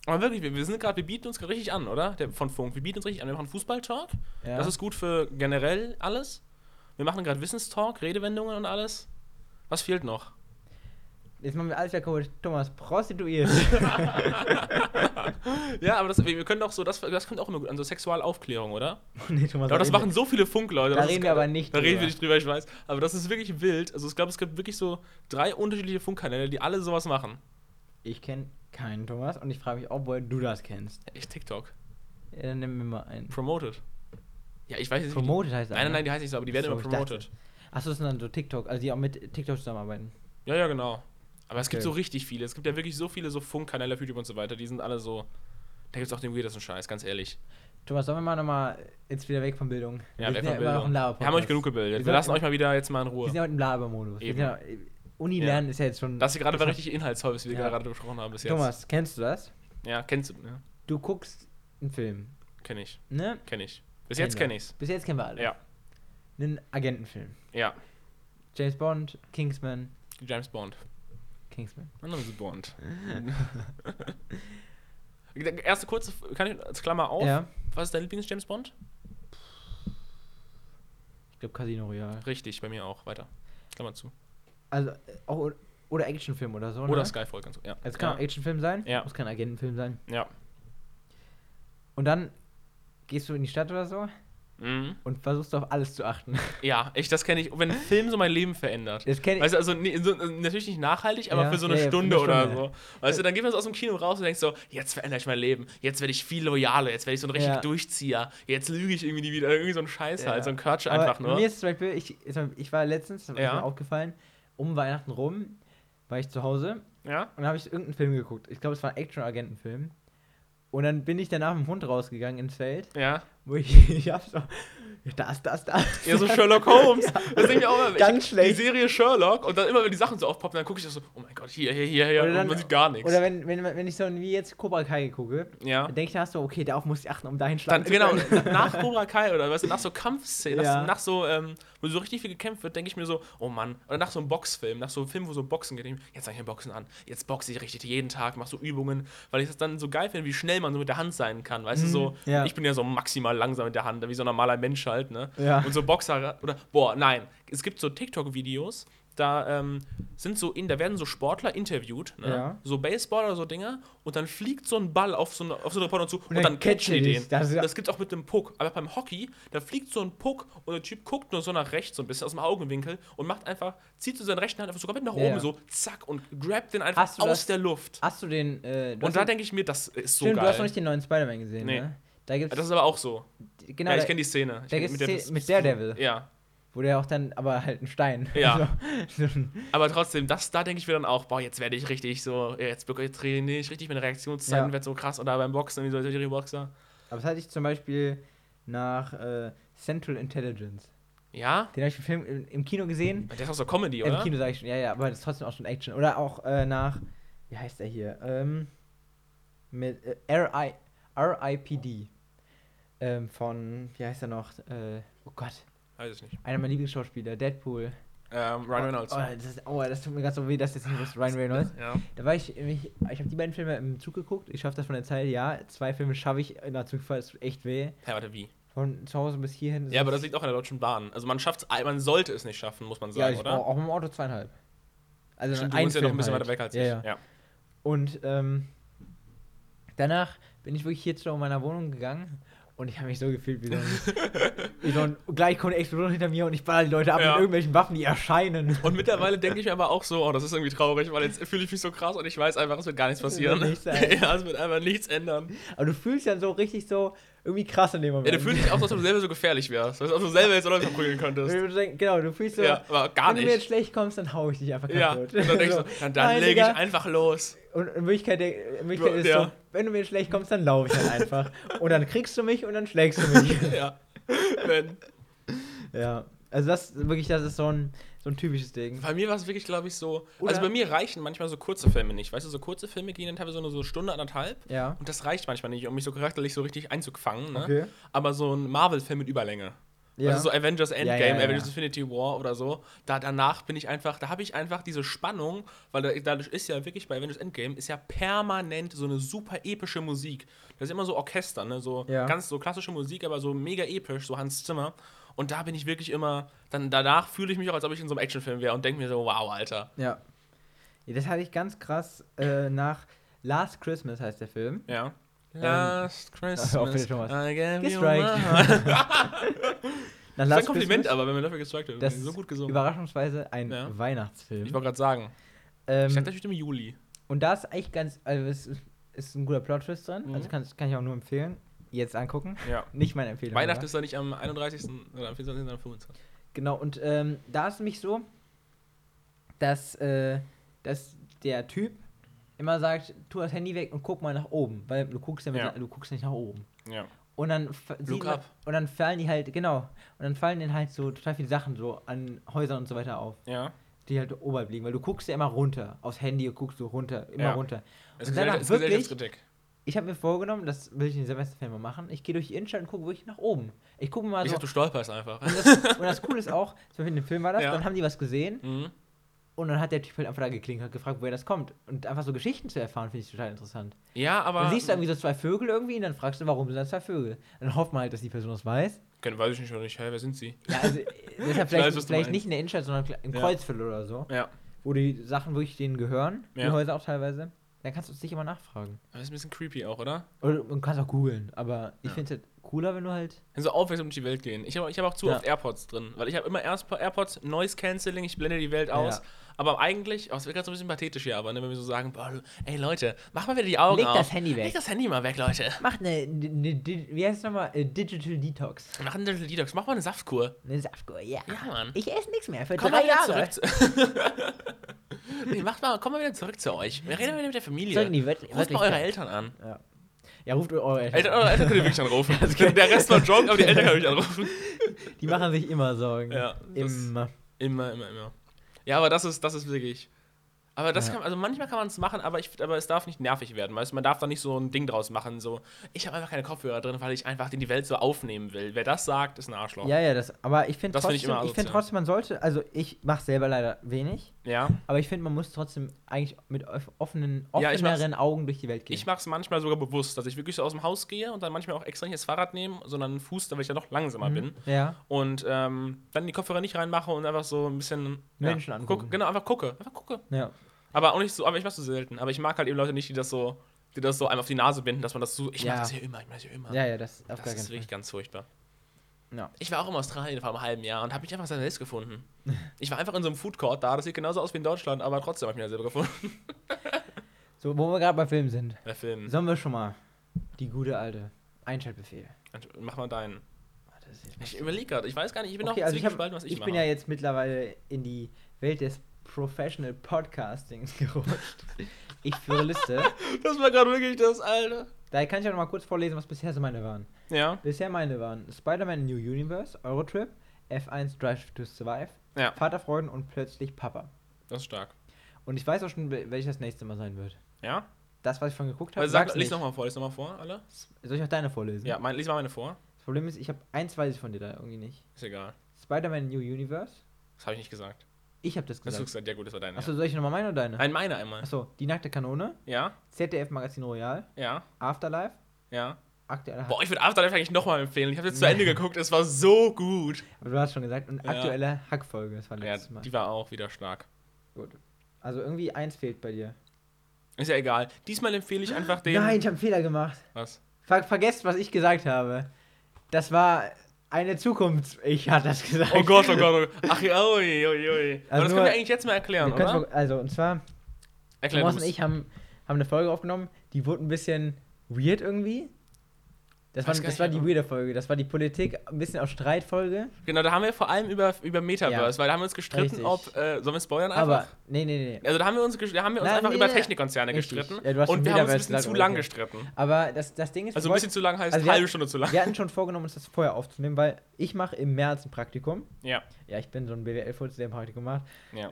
Aber wirklich, wir, wir sind gerade, wir bieten uns gerade richtig an, oder? Der, von Funk. Wir bieten uns richtig an. Wir machen Fußball-Talk. Ja. Das ist gut für generell alles. Wir machen gerade Wissenstalk, Redewendungen und alles. Was fehlt noch? Jetzt machen wir alles wieder kaputt. Thomas, prostituiert. Ja, aber das, wir wir können doch so, das, das kommt auch immer gut an, so Sexualaufklärung, oder? nee, Thomas, Aber das Also reden machen so viele Funkleute. Da das ist reden wir gerade- aber nicht Da reden wir drüber. nicht drüber, ich weiß. Aber das ist wirklich wild. Also ich glaube, es gibt wirklich so drei unterschiedliche Funkkanäle, die alle sowas machen. wir- Ich kenne keinen Thomas und ich frage mich auch, woher du das kennst. Echt TikTok. Ja, dann Äh, nimm mir mal einen. Promoted. Ja, ich weiß jetzt nicht. Promoted heißt Nein, nein, nein, die heißt nicht so, aber die werden So, immer ich dachte. promoted. Achso, das sind dann so TikTok, also die auch mit TikTok zusammenarbeiten. Ja, ja, genau. Aber es gibt Okay. so richtig viele. Es gibt ja wirklich so viele so Funkkanäle auf YouTube und so weiter. Die sind alle so. Da gibt es auch den weirdesten Scheiß, ganz ehrlich. Thomas, sollen wir mal nochmal jetzt wieder weg von Bildung? Ja, wir weg sind von ja immer noch Bildung. im Wir Laber-Podcast. haben euch genug gebildet. Wir Wir lassen sollten- euch mal wieder jetzt mal in Wir Ruhe. sind ja heute im Labermodus. Wir Eben. sind Ja, äh, Uni Ja. lernen ist ja jetzt schon. Das hier gerade war richtig inhaltsvoll, was wir Ja. gerade besprochen haben bis jetzt. Thomas, kennst du das? Ja, kennst du. Ja, Du guckst einen Film, kenn ich. ne? Kenn ich. Bis jetzt Kennen kenn wir. ich's. Bis jetzt kennen wir alle. Ja. Einen Agentenfilm. Ja, James Bond, Kingsman, James Bond. Kingsman. Mein Name ist Bond. Erste kurze, F- kann ich als Klammer auf. Ja. Was ist dein Lieblings-James Bond? Ich glaube Casino Royale. Richtig, bei mir auch. Weiter. Klammer zu. Also äh, auch oder Actionfilm oder so. Oder ne? Skyfall, ganz gut. Ja. Es kann auch Actionfilm sein. Ja. Es kann Agentenfilm sein. ja. Und dann gehst du in die Stadt oder so ja. Mhm. und versuchst auf alles zu achten. Ja, echt, das kenne ich. Wenn ein Film so mein Leben verändert. Das kenn ich. Weißt du, also nee, so, natürlich nicht nachhaltig, aber Ja, für so eine ja, ja, für eine Stunde oder Stunde. so. Weißt du, dann geht man so aus dem Kino raus und denkst so, jetzt verändere ich mein Leben, jetzt werde ich viel loyaler, jetzt werde ich so ein richtiger Ja. Durchzieher, jetzt lüge ich irgendwie nie wieder, irgendwie so ein Scheiß Ja. halt, so ein Quatsch Aber einfach nur. Mir ist zum Beispiel, ich, ist mir- ich war letztens, das ist Ja. mir aufgefallen, um Weihnachten rum war ich zu Hause Ja? und habe ich irgendeinen Film geguckt. Ich glaube, es war ein Action-Agentenfilm. Und dann bin ich danach mit dem Hund rausgegangen ins Feld, Ja. wo ich, ich hab so, das, das, das. Ja, so Sherlock Holmes. Das denke ich auch immer. Ganz ich, schlecht. Die Serie Sherlock und dann immer, wenn die Sachen so aufpoppen, dann gucke ich das so, oh mein Gott, hier, hier, hier, hier, Oder und dann- man sieht gar nichts. Oder wenn, wenn, wenn ich so ein- wie jetzt Cobra Kai gucke, Ja. dann denke ich nach so, okay, darauf muss ich achten, um dahin Dann, schlagen. zu genau, können. nach Cobra Kai oder weißt du, nach so Kampfszenen, Ja. nach, nach so, ähm, wo so richtig viel gekämpft wird, denke ich mir so, oh Mann, oder nach so einem Boxfilm, nach so einem Film, wo so Boxen geht, denk ich mir, jetzt sag ich mir Boxen an, jetzt boxe ich richtig jeden Tag, mach so Übungen, weil ich das dann so geil finde, wie schnell man so mit der Hand sein kann, weißt du, Mhm, so, ja. ich bin ja so maximal langsam mit der Hand, wie so ein normaler Mensch halt, ne? Ja. Und so Boxer, oder, boah, nein, es gibt so TikTok-Videos, da ähm, sind so in, da werden so Sportler interviewt, ne? Ja. so Baseball oder so Dinger, und dann fliegt so ein Ball auf so, eine, auf so einen Reporter zu und, dann dann catchen die catchen die den. dich. Das ist ja- Das gibt's auch mit dem Puck. Aber beim Hockey, da fliegt so ein Puck und der Typ guckt nur so nach rechts, so ein bisschen aus dem Augenwinkel und macht einfach, zieht so seine rechte Hand einfach so komplett nach Ja, oben, ja. so zack und grabt den einfach Hast du aus das- der Luft. Hast du den, äh, du Und hast da den, denke ich mir, das ist so stimmt, du geil. hast noch nicht den neuen Spider-Man gesehen, Nee. ne? Da gibt's, das ist aber auch so. genau, ja, ich da- kenne die Szene. Ich da kenn- gibt's der- Szene mit Daredevil. Ja. Wo der auch dann, aber halt ein Stein. Ja. So, so ein- Aber trotzdem, das, da denke ich mir dann auch, boah, jetzt werde ich richtig so, jetzt bek- jetzt trainiere ich richtig meine Reaktionszeiten, Ja. werde so krass. Und da beim Boxen, wie so der Boxer. aber das hatte ich zum Beispiel nach äh, Central Intelligence. Ja? Den habe ich im, Film, im, im Kino gesehen. Der ist auch so Comedy, Äh, Im oder? Kino sage ich schon, ja, ja, aber das ist trotzdem auch schon Action. Oder auch äh, nach, wie heißt der hier? Ähm, mit äh, RI, RIPD. Ähm, von, wie heißt er noch? Äh, oh Gott, Weiß ich nicht. einer meiner Lieblingsschauspieler, Deadpool. Ähm, Ryan Reynolds. Oh, das, ist, oh, das tut mir ganz so weh, dass du jetzt nicht wusste, Ryan Reynolds. Ja. Da war ich, ich, ich habe die beiden Filme im Zug geguckt. Ich schaffe das von der Zeit, ja. Zwei Filme schaffe ich in der Zugfahrt, es tut echt weh. Hä, warte, wie? Von zu Hause bis hierhin. Ja, aber das liegt auch an der Deutschen Bahn. Also man schafft's, man sollte es nicht schaffen, muss man ja, sagen, ich brauch oder? auch mit dem Auto zweieinhalb. Also Stimmt, du ein wohnst ja noch ein Film bisschen halt. weiter weg als ja, ich. Ja. Ja. Und ähm, danach bin ich wirklich hier zu meiner Wohnung gegangen und ich habe mich so gefühlt wie so ein, wie so ein gleich kommt eine Explosion hinter mir und ich baller die Leute ab Ja. mit irgendwelchen Waffen, die erscheinen. Und mittlerweile denke ich mir aber auch so, oh, das ist irgendwie traurig, weil jetzt fühle ich mich so krass und ich weiß einfach, es wird gar nichts Es passieren. wird nichts sein. ja, es wird einfach nichts ändern. Aber du fühlst dann so richtig so, irgendwie krass in dem Moment. Ja, du fühlst dich auch, als ob du selber so gefährlich wärst. Als ob du selber jetzt Leute verprügeln könntest. Wenn du denkst- Genau, du fühlst so, Ja, aber gar wenn du mir nicht. jetzt schlecht kommst, dann hau ich dich einfach Ja, kaputt. und dann denkst So. du, dann, dann Nein, lege ich Digga. einfach los. Und in Wirklichkeit, denk- in Wirklichkeit ist es Ja. so, wenn du mir jetzt schlecht kommst, dann laufe ich dann einfach. und dann kriegst du mich und dann schlägst du mich. Ja. Wenn. ja. Also das ist wirklich, das ist so ein, so ein typisches Ding. Bei mir war es wirklich, glaube ich, so. Oder- also bei mir reichen manchmal so kurze Filme nicht. Weißt du, so kurze Filme gehen dann teilweise nur so eine Stunde, anderthalb. Ja. Und das reicht manchmal nicht, um mich so charakterlich so richtig einzufangen. Ne? Okay. Aber so ein Marvel-Film mit Überlänge. Ja. Also so Avengers Endgame, ja, ja. Avengers Infinity War oder so. Da danach bin ich einfach, da habe ich einfach diese Spannung, weil da, da ist ja wirklich bei Avengers Endgame ist ja permanent so eine super epische Musik. Das ist immer so Orchester, ne? So Ja. ganz so klassische Musik, aber so mega episch, so Hans Zimmer. Und da bin ich wirklich immer, dann danach fühle ich mich auch, als ob ich in so einem Actionfilm wäre und denke mir so, wow, Alter. ja. ja. Das hatte ich ganz krass äh, nach Last Christmas heißt der Film. Ja. Last Ähm, auf jeden Christmas. Fall was. I gave you my Gestrikt. heart. Nach Das ist Last ein Kompliment, Christmas, aber wenn wir dafür gestrikt haben, Das so gut gesungen. überraschungsweise ein Ja. Weihnachtsfilm. Ich wollte gerade sagen, ich Ähm, dachte, das steht im Juli. Und da ist eigentlich ganz, also es ist- ist ein guter Plot-Twist drin, Mhm. also kann, kann ich auch nur empfehlen. Jetzt angucken. Ja. Nicht meine Empfehlung. Weihnachten aber- ist doch nicht am 31. oder am 24. sondern am 25. Genau, und ähm, da ist nämlich so, dass, äh, dass der Typ immer sagt, tu das Handy weg und guck mal nach oben, weil du guckst ja, mit, Ja. du guckst nicht nach oben. Ja. Und dann, f- sieht Look man, up. und dann fallen die halt, genau, und dann fallen denen halt so total viele Sachen so an Häusern und so weiter auf, Ja. die halt oberhalb liegen, weil du guckst ja immer runter, aufs Handy guckst du runter, immer Ja. runter. Es Und ist, danach Gesellschaft, es ist wirklich- Gesellschaftskritik. Ich habe mir vorgenommen, das will ich in den Semesterferien mal machen. Ich gehe durch die Innenstadt und gucke wirklich nach oben. Ich gucke mal ich so. sag, du stolperst einfach. Und das, und das Coole ist auch, zum Beispiel in dem Film war das, Ja. dann haben die was gesehen Mhm. und dann hat der Typ halt einfach da geklingelt, hat gefragt, woher das kommt. Und einfach so Geschichten zu erfahren, finde ich total interessant. Ja, aber. Dann siehst du irgendwie so zwei Vögel irgendwie und dann fragst du, warum sind das zwei Vögel? Dann hofft man halt, dass die Person das weiß. Können, weiß ich nicht, oder nicht. Hä, wer sind sie? Ja, also äh, deshalb Ich weiß, vielleicht, was du vielleicht meinst. nicht in der Innenstadt, sondern im Ja. Kreuzviertel oder so, Ja. wo die Sachen wirklich denen gehören, die Ja. Häuser auch teilweise. Dann kannst du es sicher mal nachfragen. Das ist ein bisschen creepy auch, oder? Oder du kannst auch googeln, aber ich Ja. finde es halt cooler, wenn du halt Wenn so aufwärts um die Welt gehen. Ich habe ich hab auch zu Ja. oft AirPods drin, weil ich habe immer erst AirPods, Noise Cancelling, ich blende die Welt aus. Ja. Aber eigentlich, auch es wird gerade so ein bisschen pathetisch hier, aber ne, wenn wir so sagen, boah, du- ey Leute, mach mal wieder die Augen Legt auf. das Handy weg. Legt das Handy mal weg, Leute. Macht eine, eine, Di- wie heißt es nochmal? Äh, Digital Detox. Mach einen Digital Detox, mach mal eine Saftkur. Eine Saftkur, ja. Ja, Mann. Ich esse nichts mehr für Komm mal drei wieder Jahre. zurück zu nee, macht mal, komm mal wieder zurück zu euch. Wir reden mal wieder mit der Familie. Sollten die wirklich, Ruft wirklich mal eure Eltern an. Ja, ruft eure Eltern. Eltern, eure Eltern könnt ihr wirklich anrufen. Der Rest war Joke, aber die Eltern könnt ihr wirklich anrufen. Die machen sich immer Sorgen. Ja, das- immer. Immer, immer, immer. Ja, aber das ist, das ist wirklich. Aber das Ja. kann, also manchmal kann man es machen, aber, ich, aber es darf nicht nervig werden, weißt du? Man darf da nicht so ein Ding draus machen, so, ich habe einfach keine Kopfhörer drin, weil ich einfach in die Welt so aufnehmen will. Wer das sagt, ist ein Arschloch. Ja. Ja, ja, das. Aber ich finde Das find trotzdem, ich ich immer find asozial. trotzdem, man sollte, also ich mache selber leider wenig, ja. aber ich finde, man muss trotzdem eigentlich mit off- offenen, Ja, ich mach's- offeneren Augen durch die Welt gehen. Ich mache es manchmal sogar bewusst, dass ich wirklich so aus dem Haus gehe und dann manchmal auch extra nicht das Fahrrad nehme, sondern einen Fuß, damit ich dann noch langsamer Mhm. bin. ja. und ähm, dann die Kopfhörer nicht reinmache und einfach so ein bisschen Menschen ja, angucken. guck, Genau, einfach gucke, einfach gucke. Ja. Aber auch nicht so, aber ich mach's so selten. Aber ich mag halt eben Leute nicht, die das so, die das so einem auf die Nase binden, dass man das so, ich Ja. mach das hier immer, ich mach das hier immer. ja, ja, das auf das gar ist keinen wirklich ganz furchtbar. Fall. Ja. Ich war auch in Australien vor einem halben Jahr und habe mich einfach selbst gefunden. Ich war einfach in so einem Food Court da, das sieht genauso aus wie in Deutschland, aber trotzdem habe ich mich da selber gefunden. So, wo wir gerade bei Filmen sind, Der Film. sollen wir schon mal die gute alte Einschaltbefehl. Mach mal deinen. Warte, das ist- Ich überlege gerade, ich weiß gar nicht, ich bin Okay, auch also ich, hab, zwiegespalten, was ich, ich mache. bin ja jetzt mittlerweile in die Welt des Professional Podcastings gerutscht. ich führe Liste. das war gerade wirklich das, Alter. Daher kann ich auch noch mal kurz vorlesen, was bisher so meine waren. Ja, Bisher meine waren Spider-Man New Universe, Eurotrip, F1 Drive to Survive, Ja. Vaterfreuden und plötzlich Papa. das ist stark. Und ich weiß auch schon, wel- welches das nächste Mal sein wird. Ja? Das, was ich von geguckt habe, Also sag, sag's lies nicht. nochmal vor, lies nochmal vor, alle. Soll ich auch deine vorlesen? Ja, mein, lies mal meine vor. Das Problem ist, ich habe eins weiß ich von dir da irgendwie nicht. Ist egal. Spider-Man New Universe. Das habe ich nicht gesagt. Ich habe das Hast du gesagt. gesagt, ja gut, das war deine. Achso, soll ich nochmal meine oder ja. deine? Nein, meine einmal. Achso, die nackte Kanone, Ja, ZDF Magazin Royal, ja, Afterlife, ja. aktueller Boah, ich würde Afterlife eigentlich nochmal empfehlen. Ich habe jetzt zu Ende geguckt, es war so gut. Aber du hast schon gesagt, und Ja. aktuelle Hackfolge, das war Ja, letztes Mal. die war auch wieder stark. Gut. Also irgendwie eins fehlt bei dir. Ist ja egal. Diesmal empfehle ich einfach den. Nein, ich habe einen Fehler gemacht. Was? Ver vergesst, was ich gesagt habe. Das war eine Zukunft. Ich hatte das gesagt. Oh Gott, oh Gott, oh Gott. Ach ja, ui, ui, ui. Aber Also das nur- können wir eigentlich jetzt mal erklären, Wir können's oder? mal- also, und zwar, Erklär Thomas du und es. ich haben, haben eine Folge aufgenommen, die wurde ein bisschen weird irgendwie. Das, war, Weiß gar das nicht war die mehr. weirde Folge. Das war die Politik, ein bisschen auf Streitfolge. Genau, da haben wir vor allem über, über Metaverse, Ja. weil da haben wir uns gestritten, Richtig. ob. Äh, sollen wir spoilern einfach? Aber, nee, nee, nee. also da haben wir uns, gesch- da haben wir uns Nein, einfach nee, über nee. Technikkonzerne Richtig. gestritten Ja, du hast und schon wir wieder haben uns ein was bisschen gesagt, zu aber lang okay. gestritten. Aber das, das Ding ist, Also wir ein wollten- bisschen zu lang heißt also wir halbe hatten- Stunde zu lang. wir hatten schon vorgenommen, uns das vorher aufzunehmen, weil ich mache im März ein Praktikum. Ja, Ja, ich bin so ein BWL-Fuzzi, der ein Praktikum macht. ja.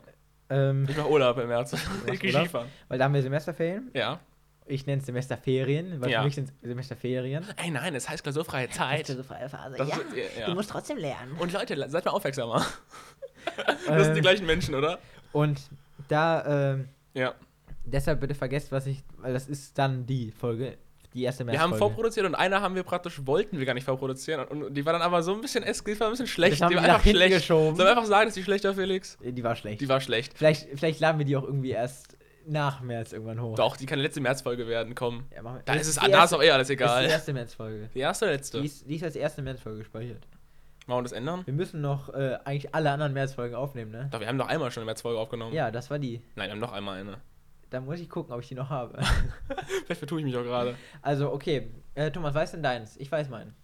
Ähm, Ich mache Urlaub im März. Ich gehe Urlaub? Skifahren. weil da haben wir Semesterferien. Ja. Ich nenne es Semesterferien, weil Ja. für mich sind Semesterferien. Ey, nein, es heißt klausurfreie Zeit. so freie Phase. Halt. Das ist, ja. musst trotzdem lernen. Und Leute, le- seid mal aufmerksamer. Das sind die gleichen Menschen, oder? Ähm, Und da, ähm, Ja. deshalb bitte vergesst, was ich, weil das ist dann die Folge, die erste Wir haben Märzfolge. vorproduziert und einer haben wir praktisch, wollten wir gar nicht vorproduzieren. Und und die war dann aber so ein bisschen, es die war ein bisschen schlecht. Das haben die wir war nach einfach hinten schlecht. geschoben. Sollen wir einfach sagen, dass die schlecht war, Felix? Die war schlecht. Die war schlecht. vielleicht, vielleicht laden wir die auch irgendwie erst nach März irgendwann hoch. Doch, die kann die letzte Märzfolge werden, komm. Ja, machen wir- Da ist es, die da erste- ist auch eh alles Das ist die egal. erste Märzfolge. Die erste oder letzte? Die Machen ist, die ist als erste Märzfolge gespeichert. wir das ändern? Wir müssen noch äh, eigentlich alle anderen Märzfolgen aufnehmen, ne? Doch, wir haben doch einmal schon eine Märzfolge aufgenommen. Ja, das war die. Nein, wir haben noch einmal eine. Da muss ich gucken, ob ich die noch habe. Vielleicht vertue ich mich auch gerade. also, okay. Äh, Thomas, weißt du denn deins? Ich weiß meinen.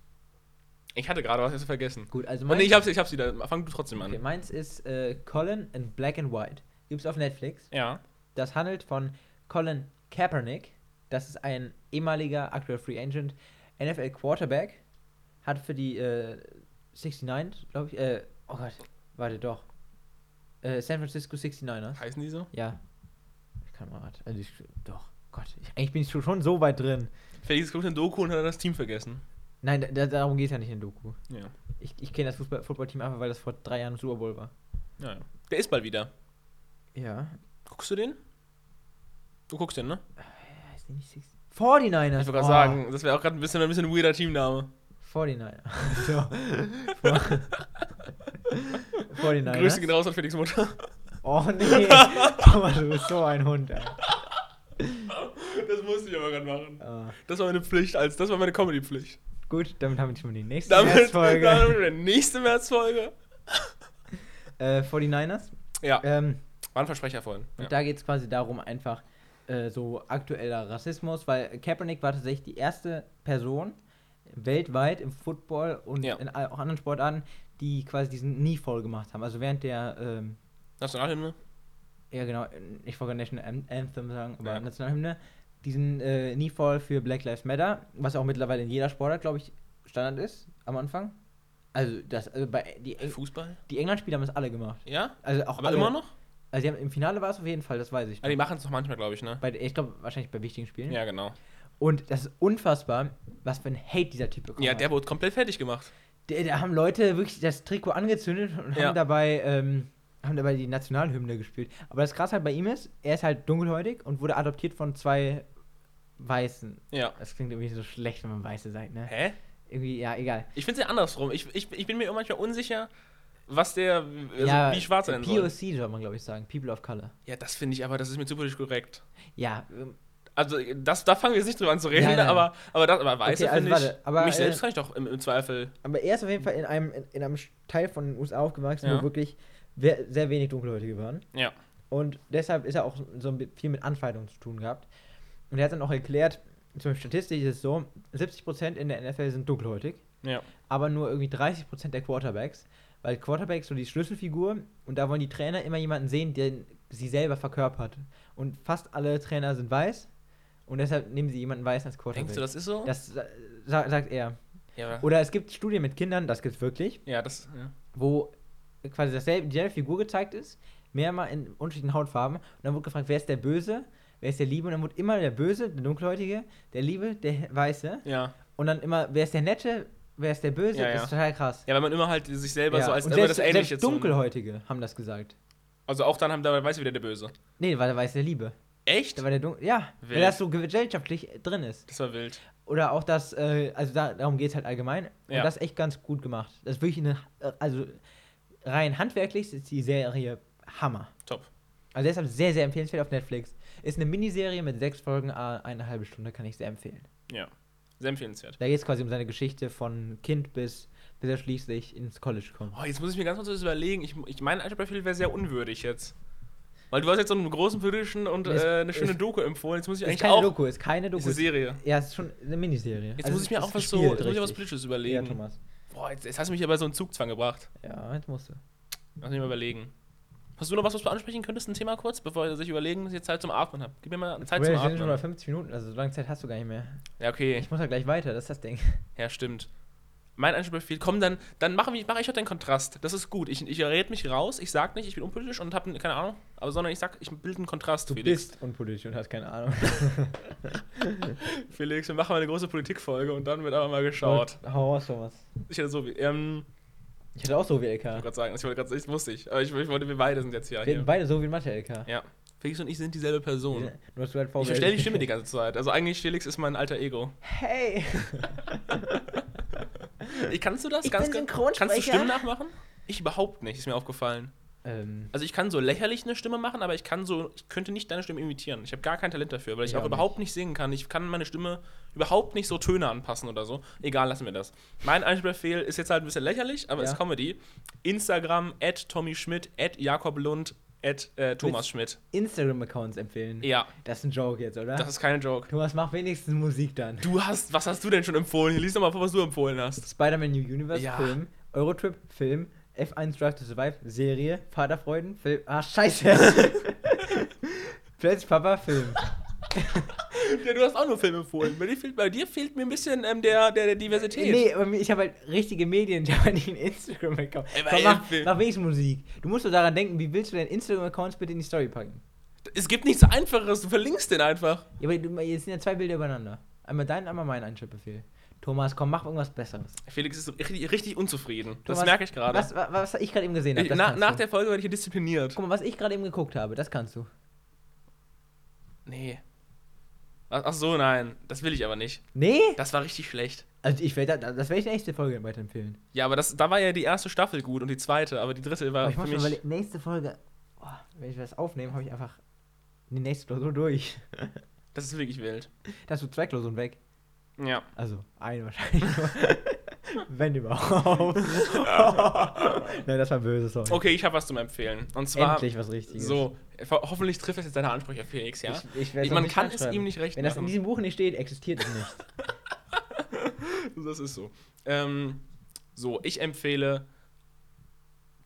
Ich hatte gerade was jetzt vergessen. Gut, also Und meins, nee, ich hab's, ich hab's wieder. Fang du trotzdem okay, an. meins ist äh, Colin in Black and White. Gibt's auf Netflix. Ja. Das handelt von Colin Kaepernick. Das ist ein ehemaliger, aktuell Free Agent, NFL Quarterback. Hat für die äh, 69, glaube ich, äh, oh Gott, warte doch. Äh, San Francisco 69ers. Heißen die so? Ja. Ich kann mal raten. Also ich, doch. Gott, ich, eigentlich bin ich schon- schon so weit drin. Felix guckt eine Doku und hat dann das Team vergessen. Nein, da, darum geht es ja nicht in Doku. Ja. Ich, ich kenne das Fußball Footballteam einfach, weil das vor drei Jahren im Super Bowl war. ja, ja. Der ist bald wieder. Ja. Guckst du den? Du guckst den, ne? Heißt die nicht 60? 49ers. Ich wollte gerade oh, sagen, das wäre auch gerade ein bisschen, ein bisschen ein weirder Teamname. 49ers. so. Vor- 49ers. Grüße genau. gehen raus an Felix Mutter. Oh nee. Thomas, du bist so ein Hund. Ey. Das musste ich aber gerade machen. Ah. Das war meine Pflicht, als das war meine Comedy-Pflicht. gut, damit haben wir schon mal die nächste Damit, Märzfolge. damit haben wir die nächste Märzfolge. Äh, 49ers. Ja, Ähm, war ein Versprecher vorhin. Und Ja. da geht es quasi darum, einfach äh, so aktueller Rassismus, weil Kaepernick war tatsächlich die erste Person weltweit im Football und Ja. in all, auch anderen Sportarten, die quasi diesen nie voll gemacht haben. Also während der, ähm, Nationalhymne? ja genau, ich wollte National An- Anthem sagen, aber Ja. Nationalhymne, diesen äh, Knee Fall für Black Lives Matter, was auch mittlerweile in jeder Sportart, glaube ich, Standard ist am Anfang. Also das, also bei die, Eng Fußball? die England-Spieler haben das alle gemacht. Ja? Also auch Aber alle, immer noch? Also die haben, im Finale war es auf jeden Fall, das weiß ich. Ja, Ah, die machen es noch manchmal, glaube ich, ne? Bei, ich glaube, wahrscheinlich bei wichtigen Spielen. Ja, genau. Und das ist unfassbar, was für ein Hate dieser Typ bekommt. Ja, der wurde komplett fertig gemacht. der, da haben Leute wirklich das Trikot angezündet und Ja. haben dabei ähm, haben dabei die Nationalhymne gespielt. Aber das Krasse halt bei ihm ist, er ist halt dunkelhäutig und wurde adoptiert von zwei Weißen. Ja. Das klingt irgendwie so schlecht, wenn man Weiße sagt, ne? Hä? Irgendwie, ja, egal. Ich finde es ja andersrum. Ich, ich, ich bin mir manchmal unsicher, was der, also ja, wie schwarz er denn soll. POC soll man, glaube ich, sagen. People of Color. Ja, das finde ich aber, das ist mir zu politisch korrekt. Ja, ähm, Also, das, da fangen wir jetzt nicht drüber an zu reden, Nein, nein. aber, aber, das, aber Weiße Okay, also finde warte, ich, aber, mich selbst äh, kann ich doch im, im Zweifel. aber er ist auf jeden Fall in einem, in, in einem Teil von den USA aufgewachsen, Ja. wo wirklich we- sehr wenig Dunkelhäutige waren. Ja. Und deshalb ist er auch so ein bi- viel mit Anfeindungen zu tun gehabt. Und er hat dann auch erklärt, zum Beispiel statistisch ist es so, 70% in der NFL sind dunkelhäutig, Ja. aber nur irgendwie 30% der Quarterbacks, weil Quarterbacks so die Schlüsselfigur und da wollen die Trainer immer jemanden sehen, den sie selber verkörpert. Und fast alle Trainer sind weiß und deshalb nehmen sie jemanden weiß als Quarterback. Denkst du, das ist so? das sa sa- sagt er. ja, aber- Oder es gibt Studien mit Kindern, das gibt's wirklich, ja, das. Ja. wo quasi dasselbe, dieselbe Figur gezeigt ist, mehrmal in unterschiedlichen Hautfarben. Und dann wurde gefragt, wer ist der Böse, wer ist der Liebe? Und dann wurde immer der Böse, der Dunkelhäutige, der Liebe, der Weiße. ja. Und dann immer, wer ist der Nette, wer ist der Böse? Ja, Das ja. ist total krass. Ja, weil man immer halt sich selber so als und immer selbst, das Ähnliche selbst zu- Dunkelhäutige haben das gesagt. Also auch dann haben dabei weiß wieder der Böse. Nee, weil der Weiße der Liebe. Echt? Der war der Dunkel. Ja, weil Wild. das so gesellschaftlich äh, drin ist. Das war wild. Oder auch das, äh, also da, darum geht es halt allgemein. Und Ja. das ist echt ganz gut gemacht. Das ist wirklich eine, äh, also rein handwerklich ist die Serie Hammer. Top. Also deshalb sehr, sehr empfehlenswert auf Netflix. Ist eine Miniserie mit sechs Folgen, ah, eine halbe Stunde, kann ich sehr empfehlen. Ja. Sehr empfehlenswert. Da geht es quasi um seine Geschichte von Kind bis, bis er schließlich ins College kommt. Oh, jetzt muss ich mir ganz kurz was überlegen. Ich, ich mein Alter Profil wäre sehr unwürdig jetzt. Weil du hast jetzt so einen großen politischen und Es- äh, eine schöne es- Doku empfohlen. Jetzt muss ich Ist eigentlich keine auch. Doku, ist keine Doku. Ist eine Serie. Ja, es ist schon eine Miniserie. Jetzt Also muss ich mir es auch ist was so, gespielt, jetzt muss ich was richtig. Politisches Ja, überlegen. Thomas. Boah, jetzt, jetzt hast du mich aber so einen Zugzwang gebracht. Ja, jetzt musst du. Lass mich mal überlegen. Hast du noch was, was du ansprechen könntest, ein Thema kurz, bevor ich dass ich überlegen, dass ich jetzt Zeit zum Atmen habe? Gib mir mal Zeit zum Wir sind schon bei Atmen. 50 Minuten, also so lange Zeit hast du gar nicht mehr. Ja, okay. Ich muss ja gleich weiter, das ist das Ding. Ja, stimmt. Mein Anspielbefehl, komm, dann, dann mache mach ich heute den Kontrast. Das ist gut. Ich, ich rede mich raus, ich sag nicht, ich bin unpolitisch und habe keine Ahnung, aber sondern ich sag, ich bilde einen Kontrast, Du Felix. bist unpolitisch und hast keine Ahnung. Felix, wir machen mal eine große Politikfolge und dann wird aber mal geschaut. Hau raus, Thomas. Ich hätte so wie, ähm, Ich hatte auch so wie ich LK. wollte gerade sagen, ich wollte gerade, ich wusste ich, aber ich, ich wollte, wir beide sind jetzt hier. Wir hatten hier. beide so wie in Mathe LK. Ja. Felix und ich sind dieselbe Person. Nur hast du halt Ich verstelle die Stimme die ganze Zeit. Also eigentlich Felix ist mein alter Ego. Hey! Ich, kannst du das Ich bin ge- Synchronsprecher. Kannst du Stimmen nachmachen? Ich überhaupt nicht, ist mir aufgefallen. ähm, Also ich kann so lächerlich eine Stimme machen, aber ich kann so, ich könnte nicht deine Stimme imitieren. Ich habe gar kein Talent dafür, weil ich Ich auch auch überhaupt nicht singen kann. Ich kann meine Stimme überhaupt nicht so Töne anpassen oder so. Egal, lassen wir das. Mein Einspielbefehl ist jetzt halt ein bisschen lächerlich, aber Ja. ist Comedy. Instagram, at Tommy Schmidt, at Jakob Lund, at äh, Thomas Schmidt. Instagram-Accounts empfehlen. Ja, Das ist ein Joke jetzt, oder? das ist kein Joke. Thomas, mach wenigstens Musik dann. Du hast, was hast du denn schon empfohlen? Lies doch mal vor, was du empfohlen hast. Spider-Man New Universe Ja. Film, Eurotrip Film, F1 Drive to Survive Serie, Vaterfreuden Film. Ah, Scheiße! Plötzlich Papa Film. Ja, du hast auch nur Filme empfohlen. Bei dir fehlt, bei dir fehlt mir ein bisschen ähm, der, der, der Diversität. Nee, aber ich habe halt richtige Medien, ich habe halt nicht einen Instagram-Account. Ey, aber Komm, Mach, Elfe. mach wenigstens Musik. Du musst doch daran denken, wie willst du deinen Instagram-Accounts bitte in die Story packen? Es gibt nichts Einfacheres, du verlinkst den einfach. Ja, aber du, jetzt sind ja zwei Bilder übereinander. Einmal dein, einmal mein Einschaltbefehl. Thomas, komm, mach irgendwas Besseres. Felix ist so richtig, richtig unzufrieden. das Thomas, merke ich gerade. Was, was, was ich gerade eben gesehen habe. Ich- das Na, kannst nach du. der Folge werde ich hier diszipliniert. Guck mal, was ich gerade eben geguckt habe, das kannst du. Nee. Ach, ach so, nein. Das will ich aber nicht. Nee? Das war richtig schlecht. Also ich werde das werde ich eine echte Folge weiterempfehlen. Ja, aber das, da war ja die erste Staffel gut und die zweite, aber die dritte war Aber ich für muss mal mich. überlegen, nächste Folge, oh, wenn ich das aufnehme, habe ich einfach die nächste Klausur durch. Das ist wirklich wild. Da hast du zwei Klausuren weg. Ja. Also, eine wahrscheinlich nur. wenn überhaupt. Nein, das war böse, sorry. Okay, ich habe was zum Empfehlen. Und zwar. Endlich was Richtiges. So, hoffentlich trifft das jetzt deine Ansprüche, Felix, ja? Ich, ich werd's Ich- man noch nicht kann es reinschreiben. ihm nicht recht Wenn das in machen. diesem Buch nicht steht, existiert es nicht. Das ist so. Ähm, so, ich empfehle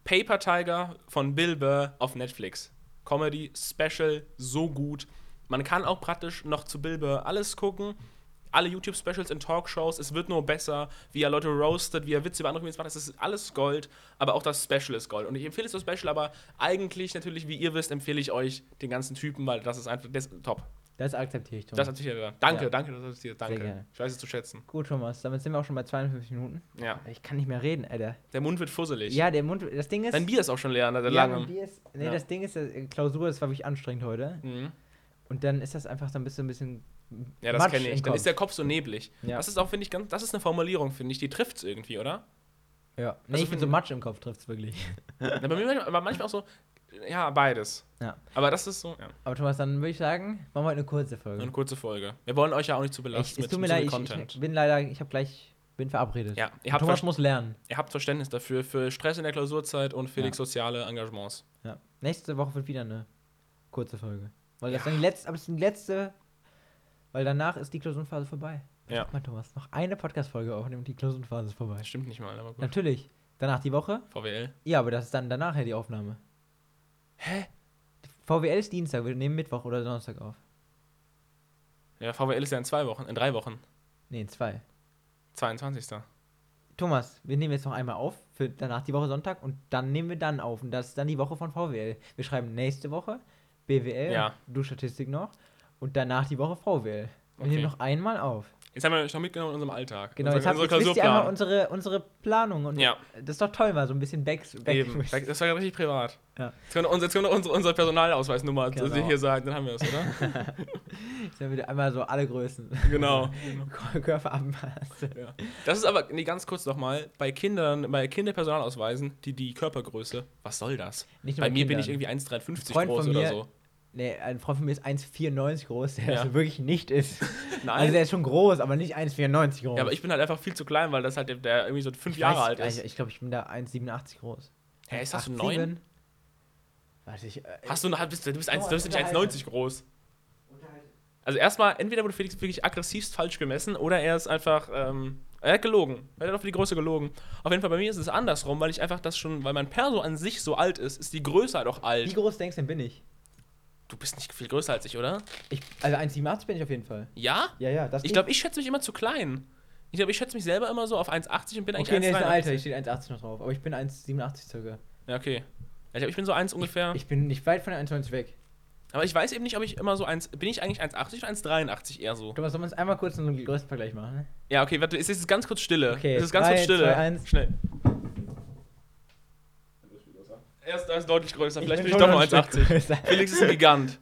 Paper Tiger von Bill Burr auf Netflix. Comedy, Special, so gut. Man kann auch praktisch noch zu Bill Burr alles gucken. Alle YouTube-Specials in Talkshows, es wird nur besser, wie er Leute roastet, wie er Witze über andere Comedians macht, es ist alles Gold, aber auch das Special ist Gold. Und ich empfehle es das Special, aber eigentlich natürlich, wie ihr wisst, empfehle ich euch den ganzen Typen, weil das ist einfach das, ist top. Das akzeptiere ich, Das Thomas. hat sich ja Danke, Ja. danke, das hat sich danke. gerne. Ich weiß es zu schätzen. Gut, Thomas, damit sind wir auch schon bei 52 Minuten. Ja. Ich kann nicht mehr reden, Alter. Der Mund wird fusselig. Ja, der Mund, das Ding ist... Dein Bier ist auch schon leer, ne? ja, lange. mein Bier ist, nee, Ja. das Ding ist, äh, Klausur, das war wirklich anstrengend heute. Mhm. Und dann ist das einfach so ein bisschen, ein bisschen Ja, das Matsch kenne im ich. Dann Kopf. ist der Kopf so neblig. Ja. Das ist auch, finde ich, ganz. Das ist eine Formulierung, finde ich. Die trifft es irgendwie, oder? Ja, nee, Also ich bin wenn- so Matsch im Kopf, trifft's wirklich. Na, bei mir manchmal- aber manchmal auch so, ja, beides. Ja. Aber das ist so, ja. Aber Thomas, dann würde ich sagen, machen wir heute eine kurze Nur Folge. Eine kurze Folge. Wir wollen euch ja auch nicht zu Ich, belasten es tut mir zu leid, viel ich, Content. ich bin leider, ich habe gleich, bin verabredet. Ja, ihr Und habt Thomas Verst- muss lernen. Ihr habt Verständnis dafür, für Stress in der Klausurzeit und Felix soziale Engagements. Ja. Nächste Woche wird wieder eine kurze Folge. Weil das dann die letzte, aber es ist die letzte, weil danach ist die Klausurenphase vorbei. Ja. Guck mal, Thomas, noch eine Podcast-Folge aufnehmen und die Klausurenphase ist vorbei. Das stimmt nicht mal, aber gut. Natürlich. Danach die Woche? VWL. Ja, aber das ist dann danach ja die Aufnahme. Hä? VWL ist Dienstag, wir nehmen Mittwoch oder Donnerstag auf. Ja, VWL ist ja in zwei Wochen, in drei Wochen. Nee, in zwei. 22. Thomas, wir nehmen jetzt noch einmal auf für danach die Woche Sonntag und dann nehmen wir dann auf. Und das ist dann die Woche von VWL. Wir schreiben nächste Woche BWL, Ja. du Statistik noch und danach die Woche VWL. Wir Okay. nehmen noch einmal auf. Jetzt haben wir euch noch mitgenommen in unserem Alltag. Genau, jetzt, Unser- habt, jetzt wisst ihr einmal Klausurplan. unsere, unsere Planung. Und Ja. Das ist doch toll, mal so ein bisschen back. back Eben. Das war ja richtig privat. Ja. Jetzt können wir uns- jetzt können wir unsere, unsere Personalausweisnummer Genau. also hier sagen, dann haben wir es, oder? Jetzt haben wir einmal so alle Größen. genau. Körper anpassen. Ja. Das ist aber, nee, ganz kurz nochmal, bei Kindern, bei Kinderpersonalausweisen, die, die Körpergröße, was soll das? Nicht nur Bei mir bin Kindern. ich irgendwie 1,53 Freund groß von oder mir- Also so. Nee, ein Freund von mir ist 1,94 groß, der Ja. also wirklich nicht ist. Nein, Also der ist schon groß, aber nicht 1,94 groß. ja, aber ich bin halt einfach viel zu klein, weil das halt der, der irgendwie so fünf Ich Jahre weiß alt gar ist. nicht, Ich glaube, ich bin da 1,87 groß. Hä, ist das so 1,87? neun? Warte, ich. Äh, Hast du noch, bist, du bist, eins- Thomas, du bist nicht unterhalte. 1,90 groß. Also erstmal, entweder wurde Felix wirklich aggressivst falsch gemessen oder er ist einfach, ähm, er hat gelogen. Er hat auf die Größe gelogen. Auf jeden Fall, bei mir ist es andersrum, weil ich einfach das schon, weil mein Perso an sich so alt ist, ist die Größe halt auch wie alt. groß denkst du denn bin ich? Du bist nicht viel größer als ich, oder? ich also 1,87 bin ich auf jeden Fall. Ja? Ja, ja, das Ich glaube, ich schätze mich immer zu klein. Ich glaube, ich schätze mich selber immer so auf 1,80 und bin eigentlich Okay, nee, ist ein 1,83. Alter, ich stehe 1,80 noch drauf, aber ich bin 1,87 circa. Ja, okay. Ja, Ich glaube, ich bin so 1 ungefähr. Ich bin nicht weit von der 1,90 weg. aber ich weiß eben nicht, ob ich immer so 1. Bin ich eigentlich 1,80 oder 1,83 eher so? Thomas, sollen wir uns einmal kurz einen Größenvergleich machen? Ne? Ja, okay, warte, es ist ganz kurz Stille. Okay, es ist ganz drei, kurz Stille. zwei, eins. Schnell. Er ist, er ist deutlich größer, vielleicht bin ich schon doch nur ein Stück 1,80. größer. Felix ist ein Gigant.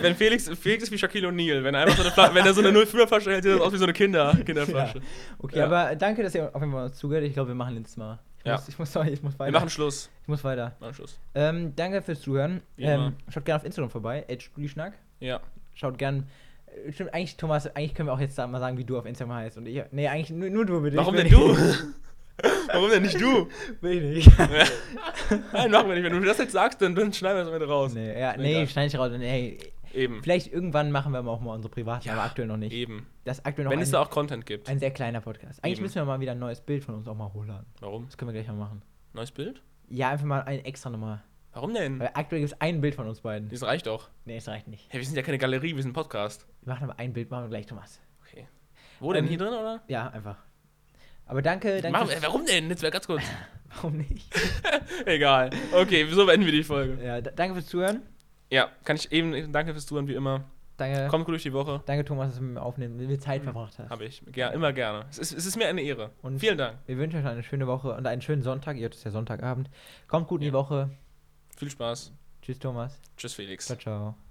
wenn Felix, Felix ist wie Shaquille O'Neal, wenn er einfach so eine, Fla wenn er so eine 05er Flasche hält, sieht das aus wie so eine Kinder Kinderflasche. Okay, Ja. aber danke, dass ihr auf jeden Fall uns zugehört. habt. Ich glaube, wir machen jetzt mal. Ich, Ja. muss, ich, muss, sorry, ich muss weiter. Wir machen Schluss. ich muss weiter. Machen Schluss. Ähm, danke fürs Zuhören. Wie immer. Ähm, schaut gerne auf Instagram vorbei, @studieschnack. Ja. Schaut gerne. Stimmt, eigentlich, Thomas, eigentlich können wir auch jetzt da mal sagen, wie du auf Instagram heißt. Und ich, nee, eigentlich nur, nur du bitte. Warum Ich denn will du? nicht- Warum denn nicht du? Will ich nicht. Nein, machen wir nicht. Wenn du das jetzt sagst, dann, dann schneiden wir das am Ende raus. nee, ja, Ist mir nee, egal. schneid ich raus. Nee, Eben. vielleicht irgendwann machen wir mal auch mal unsere privaten, aber aktuell noch nicht. Eben. Das ist aktuell noch Wenn ein, es da auch Content gibt. ein sehr kleiner Podcast. Eigentlich Eben. müssen wir mal wieder ein neues Bild von uns auch mal holen. Warum? Das können wir gleich mal machen. Neues Bild? Ja, einfach mal ein extra nochmal. Warum denn? Weil aktuell gibt es ein Bild von uns beiden. Das reicht auch. Nee, das reicht nicht. Hey, wir sind ja keine Galerie, wir sind ein Podcast. Wir machen aber ein Bild, machen wir gleich, Thomas. Okay. Wo denn? Ähm, hier drin, oder? Ja, einfach. Aber danke, danke. Machen, fürs- wir- warum denn? Jetzt wäre ganz kurz. Warum nicht? Egal. Okay, so beenden wir die Folge. Ja, d- danke fürs Zuhören. Ja, kann ich eben. äh, Danke fürs Zuhören, wie immer. Danke, Kommt gut durch die Woche. danke Thomas, dass du mit mir aufnehmen, wie viel Zeit verbracht hast. Habe ich. Ja, immer gerne. Es ist, es ist mir eine Ehre. Und- Vielen Dank. Wir wünschen euch eine schöne Woche und einen schönen Sonntag. Ihr hört es ja Sonntagabend. Kommt gut in Ja. die Woche. Viel Spaß. Tschüss, Thomas. Tschüss, Felix. Ciao, ciao.